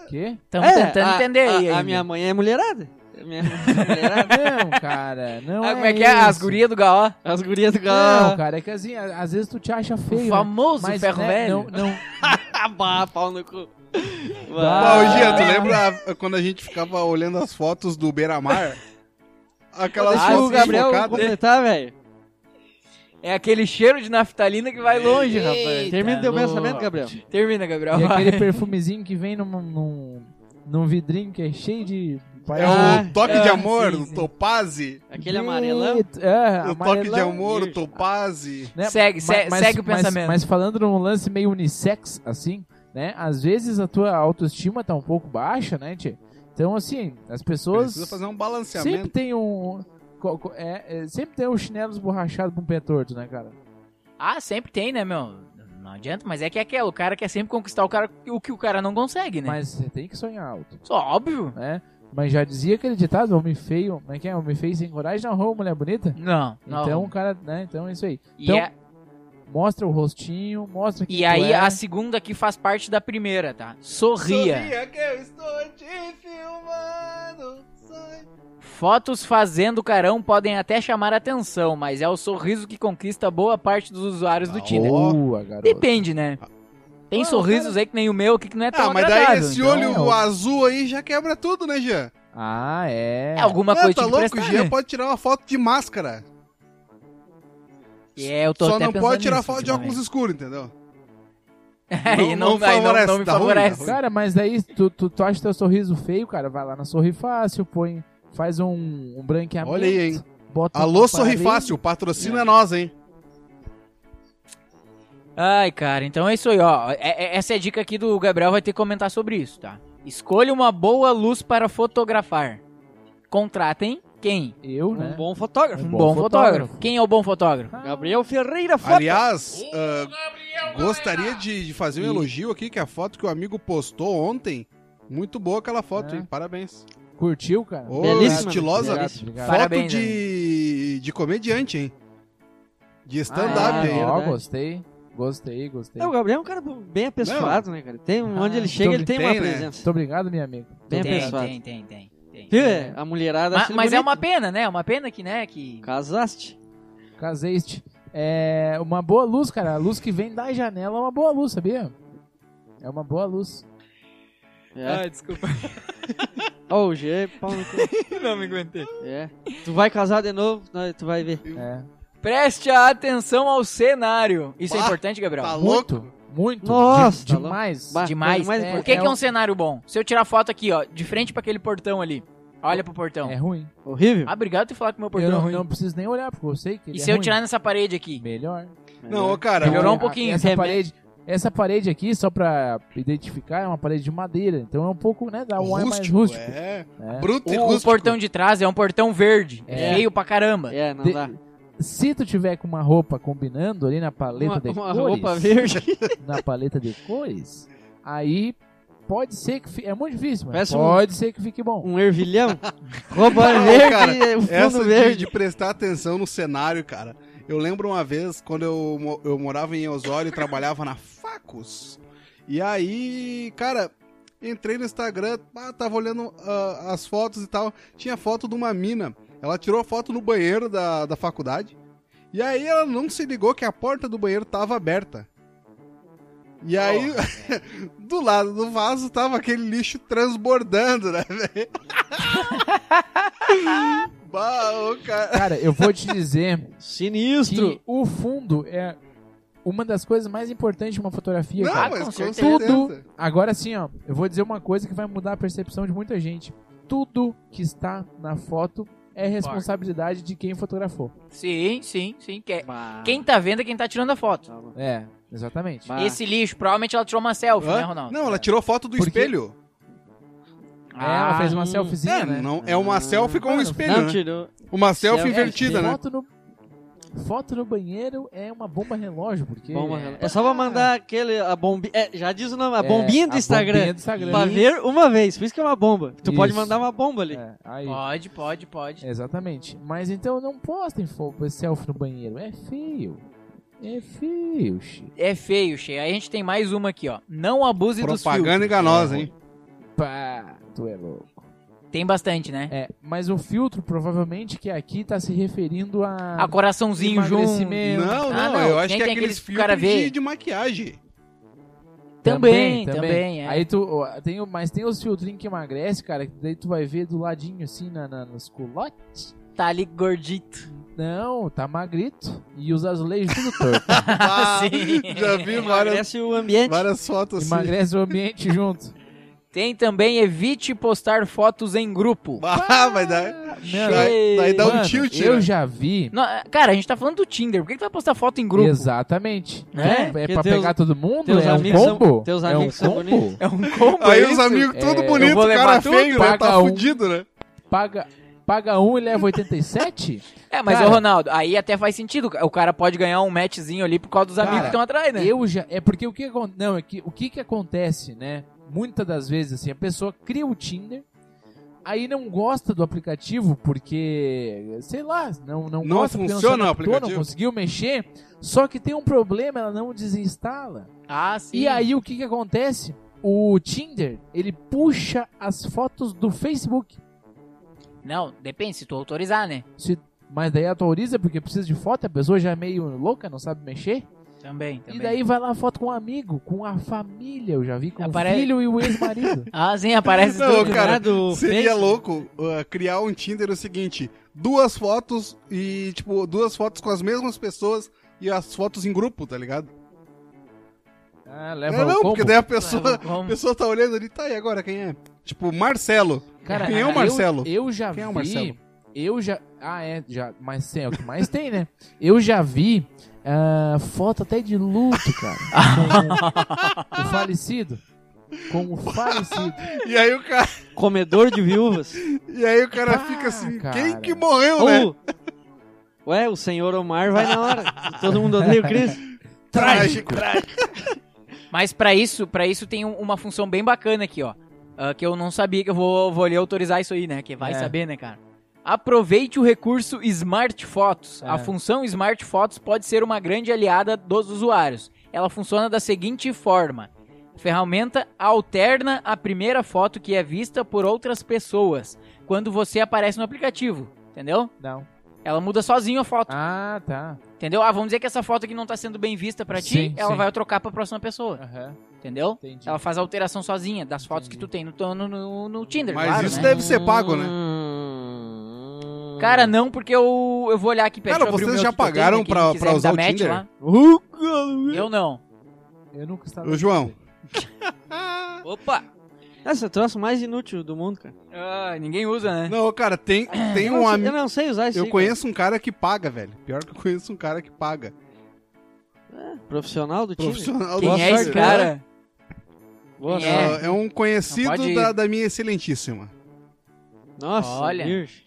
Quê? Estamos tentando É, a, entender aí. a- A, ainda. minha mãe é mulherada. A minha mãe é mulherada. Ah, Não, cara, não Ah, é como é que é? As isso. gurias do Gaó. As gurias do Não, cara. cara, é que assim, a- às vezes tu te acha O feio, né? famoso mas ferro né, velho. Não, não, Ah, Bah, pau no cu. Bah, Bah, Bah. ô, Gia, tu Ah. lembra quando a gente ficava olhando as fotos do Beira-Mar? Aquelas Ah, Deixa fotos o Gabriel desfocadas. completar, velho. É aquele cheiro de naftalina que vai longe, Eita, rapaz. Termina teu no- pensamento, Gabriel. Termina, Gabriel. e vai. aquele perfumezinho que vem num, num, num vidrinho que é cheio de... É Ah, o toque de ah, amor, sim, o sim. Ah, topaze. Aquele amarelão. Eita, É, O toque de amarelão. amor, o Ih. topaze. né? Segue, se- segue o mas- pensamento. Mas, falando num lance meio unissex, assim, né? Às vezes a tua autoestima tá um pouco baixa, né, tia? Então, assim, as pessoas... Precisa fazer um Sempre balanceamento. tem um... co- co- é- é, sempre tem um chinelo esborrachado pra um pé torto, né, cara? Ah, sempre tem, né, meu? Não adianta, mas é que é aquela. O cara quer sempre conquistar o, cara, o que o cara não consegue, né? Mas você tem que sonhar alto, Só óbvio. né? Mas já dizia aquele ditado, homem feio, como é que é? Homem feio sem coragem não arruma mulher bonita. Não, não. Então o cara, né? Então é isso aí. e, então- é- Mostra o rostinho, mostra que é. e aí a segunda que faz parte da primeira, tá? Sorria. que eu estou te filmando. Sorria. Fotos fazendo carão podem até chamar atenção, mas é o sorriso que conquista boa parte dos usuários Tá do Ah, Tinder. Boa, garoto. Depende, né? Tem Ah, sorrisos aí que nem o meu aqui que não é tão Ah, mas daí agradável, esse então- olho então- azul aí já quebra tudo, né, Jean? Ah, é. É alguma Ah, coisa tá tinha que louco, o prestar, Jean né? pode tirar uma foto de máscara. E é, eu tô Só até não pensando pode tirar nisso foto de ultimamente. óculos escuros, entendeu? Aí não, não aí não, favorece, não me dá ruim, tá favorece. dá ruim. Cara, mas daí tu, tu, tu acha teu sorriso feio, cara, vai lá na Sorri Fácil, põe, faz um, um branqueamento. Olha aí, hein? Bota um Alô, uma Sorri parede. Fácil, patrocina nós, é hein? Ai, cara, então é isso aí, ó. É- é- essa é a dica aqui do Gabriel, vai ter que comentar sobre isso, tá? Escolha uma boa luz para fotografar. Contratem quem? Eu, Um né? bom fotógrafo. Um bom, fotógrafo. Quem é o bom fotógrafo? Gabriel Ferreira Foto. Aliás, Ô, ah, Gabriel gostaria Galera! de, de fazer um elogio aqui, que a foto que o amigo postou ontem, muito boa aquela foto, É. hein? Parabéns. Curtiu, cara? Ô, Belíssima, estilosa. Obrigado, belíssima. obrigado. Parabéns, foto de, de comediante, hein? De stand-up, Ah, é, hein? ó, verdade. gostei. Gostei, gostei. É, o Gabriel é um cara bem apessoado, né, cara? Tem, Ah, onde ele chega, ele tem, tem, uma né? Muito presença. obrigado, minha amiga. Bem tem, apessoado. tem, tem, tem, tem. Viu? é? A mulherada Ma- acha Mas, ele é bonito. uma pena, né? Uma pena que, né, que... Casaste. Caseiste. É uma boa luz, cara. A luz que vem da janela é uma boa luz, sabia? É uma boa luz. É. desculpa, Ó, o G, pau no cu. não me aguentei. É. Tu vai casar de novo, né, tu vai ver. É. Preste atenção ao cenário. Isso é Bah, importante, Gabriel? Tá Muito, louco? muito. Nossa, de- tá louco. demais. Bah, Demais. coisa mais O É, que, importante. que é um cenário bom? Se eu tirar foto aqui, ó, de frente pra aquele portão ali. Olha pro portão. É ruim. Horrível. Ah, obrigado por ter falado que meu eu portão é não, ruim. não preciso nem olhar, porque eu sei que ele E é se eu ruim. tirar nessa parede aqui? Melhor. Ah, Não, ô, cara, Melhorou Então, um pouquinho. a- Essa Remete- parede, essa parede aqui, só pra identificar, é uma parede de madeira. Então é um pouco, né? Dá um ar mais rústico, rústico. é. né? Bruto e O, rústico. portão de trás é um portão verde. É. Feio pra caramba. É, não De- dá. Se tu tiver com uma roupa combinando ali na paleta Uma, de uma cores, roupa verde. na paleta de cores, aí pode ser que fi- é muito difícil, mas Parece um- pode ser que fique bom. Um ervilhão. Roupa Não, verde, cara, o fundo Essa de, verde. de prestar atenção no cenário, cara. Eu lembro uma vez quando eu, mo- eu morava em Osório e trabalhava na Facus. E aí, cara, entrei no Instagram, ah, tava olhando ah, as fotos e tal. Tinha foto de uma mina. Ela tirou a foto no banheiro da, da faculdade. E aí ela não se ligou que a porta do banheiro tava aberta. E aí, do lado do vaso tava aquele lixo transbordando, né, velho? bah, ô, cara. Cara, eu vou te dizer Sinistro. que o fundo é uma das coisas mais importantes de uma fotografia, Não, é. cara. mas com com certeza. certeza. Tudo. Agora sim, ó, eu vou dizer uma coisa que vai mudar a percepção de muita gente. Tudo que está na foto é responsabilidade de quem fotografou. Sim, sim, sim. Que- Bah. Quem tá vendo é quem tá tirando a foto. Tá louco. É, exatamente. Bah. Esse lixo, provavelmente ela tirou uma selfie, né, Hã? Ronaldo? Não, ela tirou foto do Porque- espelho. É, Ah, ela fez hum. uma selfiezinha, É, né? não, é uma Ah. selfie com um Não, espelho, Não né? tirou. Uma selfie selfie. invertida, né? foto no foto no banheiro é uma bomba relógio, porque Bomba relógio. É só pra mandar aquele. A bombinha. É, já diz o nome, a É, bombinha do a Instagram. bombinha do Instagram. Pra ver uma vez. Por isso que é uma bomba. Tu pode Isso. mandar uma bomba ali. É, aí. Pode, pode, pode. É. Exatamente. Mas então não postem fo- selfie no banheiro. É feio. É feio, Chico. É feio, cheio. Aí a gente tem mais uma aqui, ó. Não abuse dos filtros. Propaganda né? enganosa, hein? Pá, tu é louco. Tem bastante, né? É, mas o filtro provavelmente que aqui tá se referindo a. A coraçãozinho junto. Ah, Emagrecimento. Ah, Não, não, não, eu acho nem que é tem aqueles aqueles que o cara filtros vê. de, de maquiagem. Também, também. é. Aí tu, ó, tem, o- mas tem os filtrinhos que emagrece, cara, que daí tu vai ver do ladinho assim na, na, nos culotes. Tá ali gordito. Não, tá magrito. E os azulejos tudo torto. Ah, Sim. Já vi várias, Parece o ambiente. várias fotos assim. Emagrece o ambiente junto. Tem também evite postar fotos em grupo. Ah, vai dar. Daí, daí dá um Mano, tilt, Eu né? já vi. Não, cara, a gente tá falando do Tinder. Por que, que tu vai postar foto em grupo? Exatamente. Né? É, é Porque pra teus- pegar todo mundo? teus É um amigos são- combo? teus é um amigos são combo? bonitos. É um combo Aí isso? os amigos É, tudo eu bonito, vou o levar cara tudo, feio, né? paga Tá um. fudido, né? Paga, paga um e leva 87? É, mas Cara- ô Ronaldo, aí até faz sentido. O cara pode ganhar um matchzinho ali por causa dos amigos Cara, que estão atrás, né? eu já. É porque o que acon- Não, é que o que, que acontece, né? Muitas das vezes, assim, a pessoa cria o Tinder. Aí não gosta do aplicativo porque, sei lá, não não, Não gosta porque funciona se o adaptou, aplicativo. Não conseguiu mexer. Só que tem um problema, ela não desinstala. Ah, sim. E aí o que que acontece? O Tinder, ele puxa as fotos do Facebook. Não, depende se tu autorizar, né? Se- mas daí autoriza porque precisa de foto, a pessoa já é meio louca, não sabe mexer. Também, também. E daí vai lá a foto com um amigo, com a família, eu já vi, com Apare- o filho e o ex-marido. Ah, sim, aparece Não, tudo. cara, né, do Seria Face. louco uh, criar um Tinder o seguinte: duas fotos e, tipo, duas fotos com as mesmas pessoas e as fotos em grupo, tá ligado? Ah, não, leva não, o combo. porque daí a pessoa, é Leva o combo. a pessoa tá olhando ali, tá, e agora quem é? Tipo, Marcelo. Cara, quem é o eu- Marcelo? Eu, já Quem é o vi. Marcelo? Eu já. Ah, é, já. Mas tem, é o que mais tem, né? Eu já vi ah, foto até de luto, cara. com o falecido. Com o falecido. E aí o cara, Comedor de viúvas. e aí o cara Ah, fica assim, cara. quem que morreu, né? Ou... Ué, o senhor Omar vai na hora. Todo mundo odeia o Cris. Trágico. Mas pra isso, para isso tem um- uma função bem bacana aqui, ó. Ah, que eu não sabia que eu vou, vou ali autorizar isso aí, né? Que vai É. saber, né, cara? Aproveite o recurso Smart Photos. É. A função Smart Photos pode ser uma grande aliada dos usuários. Ela funciona da seguinte forma: a ferramenta alterna a primeira foto que é vista por outras pessoas quando você aparece no aplicativo, entendeu? Não. Ela muda sozinho a foto, Ah, tá. entendeu? Ah, vamos dizer que essa foto aqui não tá sendo bem vista pra ti, Sim, ela sim. vai trocar pra próxima pessoa, Aham, entendeu? entendi. Ela faz a alteração sozinha das fotos que Entendi. tu tem no, teu- no, no, no Tinder, Mas claro, isso né? deve ser pago, né? né? Cara, não, porque eu, eu vou olhar aqui perto. Cara, deixa eu abrir o meu vocês já aqui que eu tenho, pagaram né, quem pra- quiser pra me usar dar o match Tinder? lá. Uh, Eu não. Eu nunca estava. Ô, João. Opa! Esse é o troço mais inútil do mundo, cara. Ah, ninguém usa, né? Não, cara, tem, tem Eu não um sei- amigo. Eu não sei usar isso. Eu conheço um cara que paga, velho. Pior que eu conheço um cara que paga. Profissional do time. Profissional Quem Boa é esse sorte, né? cara? Boa né? Quem sorte. Ah, É, um conhecido Não pode ir. da, da minha excelentíssima. Nossa, Olha. virgem.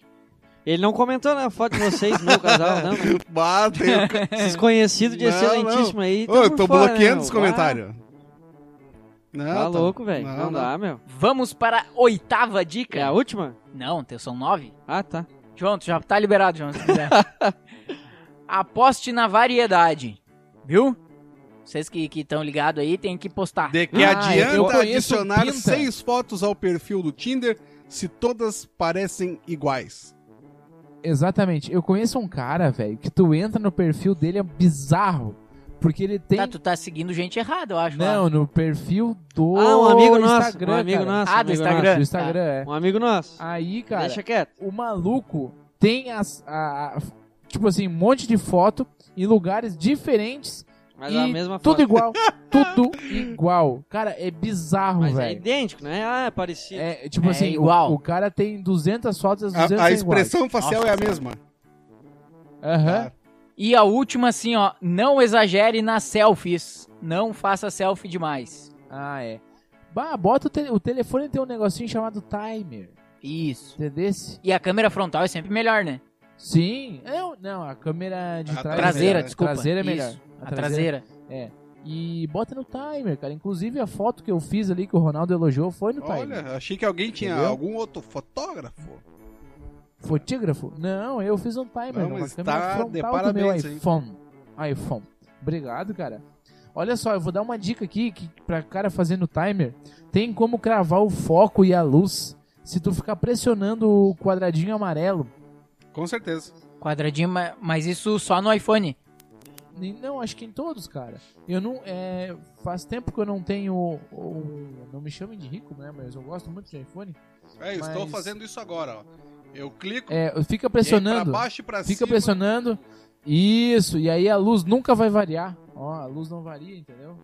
Ele não comentou na foto de vocês, meu casal, não. né? Bah, tem um... ca- Esses conhecidos de Não, excelentíssimo aí. Ô, tão eu por tô fora, né, bloqueando meu? os comentários. Não, Ah, Tá louco, velho. Não, dá, meu. Vamos para a oitava É a dica. última? Não, te- são nove. Ah, tá. João, tu já tá liberado, João, se quiser. Aposte na variedade. Viu? Vocês que estão ligados aí, tem que postar. é. De que Ah, eu adianta conheço adicionar Pinta. seis fotos ao perfil do Tinder se todas parecem iguais? Exatamente. Eu conheço um cara, velho, que tu entra no perfil dele é bizarro. Porque ele tem. Tá, tu tá seguindo gente errada, eu acho. lá. Não, no perfil do Ah, um amigo nosso, Instagram, um amigo cara. nosso. Ah, um do amigo Instagram. Do Instagram, é. nosso. Um amigo nosso. Aí, cara, Deixa quieto. o maluco tem as. a- a- tipo assim, um monte de foto em lugares diferentes. Mas e é a mesma foto. Tudo igual. tudo igual. Cara, é bizarro, Mas é velho. idêntico, né? Ah, é parecido. É, tipo É assim, o- igual. O, cara tem 200 fotos, as 200 A, a são é iguais. expressão facial é a Nossa mesma. Aham. Ah, E a última, assim, ó, não exagere nas selfies. Não faça selfie demais. Ah, é. Bah, bota o, te- o telefone tem um negocinho chamado timer. Isso. Entendeu? E a câmera frontal é sempre melhor, né? Sim. Não, não, a câmera de A trás. é traseira, né? melhor. desculpa. A traseira é melhor. Isso, A traseira. E bota no timer, cara. Inclusive a foto que eu fiz ali que o Ronaldo elogiou foi no timer. Olha, achei que alguém tinha Entendeu? algum outro fotógrafo. Fotógrafo? Não, eu fiz um timer. Não, uma mas câmera tá frontal de do meu parabéns, hein? iPhone. iPhone. Obrigado, cara. Olha só, eu vou dar uma dica aqui que pra cara fazer no timer, tem como cravar o foco e a luz. Se tu ficar pressionando o quadradinho amarelo, Com certeza. Quadradinho, ma- mas isso só no iPhone. Nem- Não, acho que em todos, cara. Eu não. É, faz tempo que eu não tenho. um- não me chamem de rico, né? Mas eu gosto muito de iPhone. É, eu estou Mas- fazendo isso agora, ó. Eu clico, É, e fica aí pra pressionando. baixo e pra Fica cima. pressionando. Isso, e aí a luz nunca vai variar. Ó, a luz não varia, entendeu?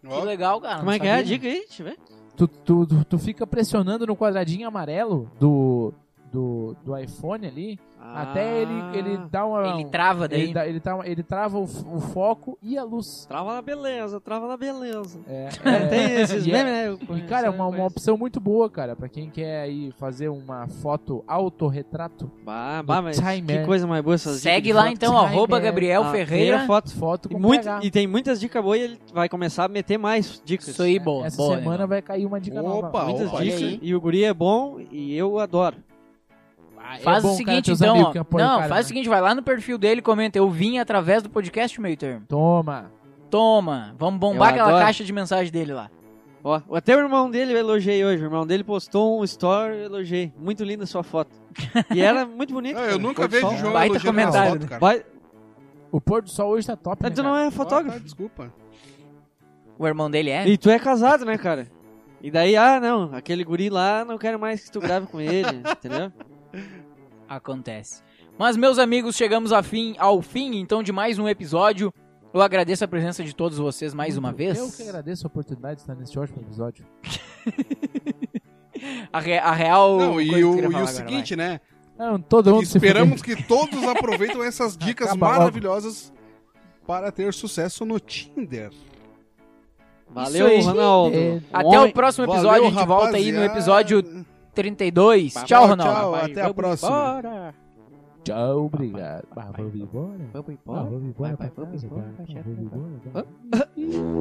Que Ó, legal, cara. Como não é que é a sabia, dica aí? Deixa eu ver. Tu, tu, tu, tu fica pressionando no quadradinho amarelo do. Do, do iPhone ali, Ah. até ele, ele dá né? uma. Ele trava daí. ele, dá- ele, tá- ele trava o, f- o foco e a luz. Trava na beleza, trava na beleza. É, É, é- tem esses e é- memes, né? Eu E, conheço, cara, é eu uma, uma conheço. opção muito boa, cara, pra quem quer aí fazer uma foto autorretrato, Bah, bah, mas timer. que coisa mais boa essas dicas Segue de lá foto. então, Timer. arroba Gabriel Ah, Ferreira. primeira foto. foto E, com muito- PH. e tem muitas dicas boas e ele vai começar a meter mais dicas. Isso aí, boa. Essa boa, semana legal. vai cair uma dica Opa, nova. Muitas opa, olha dicas. aí. E o guri é bom e eu adoro. Ah, é Faz bom, o cara, seguinte, teus então. amigos ó. que apoiam Não, cara, faz né? o seguinte, vai lá no perfil dele e comenta. Eu vim através do podcast meio termo. Toma. Toma, vamos bombar Eu aquela adoro. caixa de mensagem dele lá. Ó, até o irmão dele eu elogiei hoje. O irmão dele postou um story, eu elogiei. Muito linda a sua foto. E era muito bonita. Ah, cara, eu nunca pôr do vejo um sol. João Baita elogiando minhas comentário, fotos, né? cara. Vai- O pôr do sol hoje tá top, né, Tu não cara? é Ah, tá, fotógrafo. desculpa. O irmão dele é? E tu é casado, né, cara? E daí, ah, não, aquele guri lá, não quero mais que tu grave com ele, entendeu? acontece. Mas, meus amigos, chegamos a fim- ao fim, então, de mais um episódio. Eu agradeço a presença de todos vocês mais uma vez. Eu que agradeço a oportunidade de estar neste ótimo episódio. A, re- a real. Não, coisa e que o, eu queria e falar o agora, seguinte, né? Não, Ah, um todo mundo se Esperamos que todos aproveitem essas dicas Acaba logo. maravilhosas para ter sucesso no Tinder. Valeu, aí. Ronaldo. Um É. vai. Até o Homem- próximo episódio, Valeu, a gente volta aí no rapaziada. episódio 32. Tchau, Tchau, Ronaldo. tchau, até a Vamos próxima. embora. Tchau, obrigado. Mas vamos embora? Vamos embora. Ah, vamos embora Vai, pra vai, casa, vamos cara. embora, Ah, chefe, Vamos embora. vai.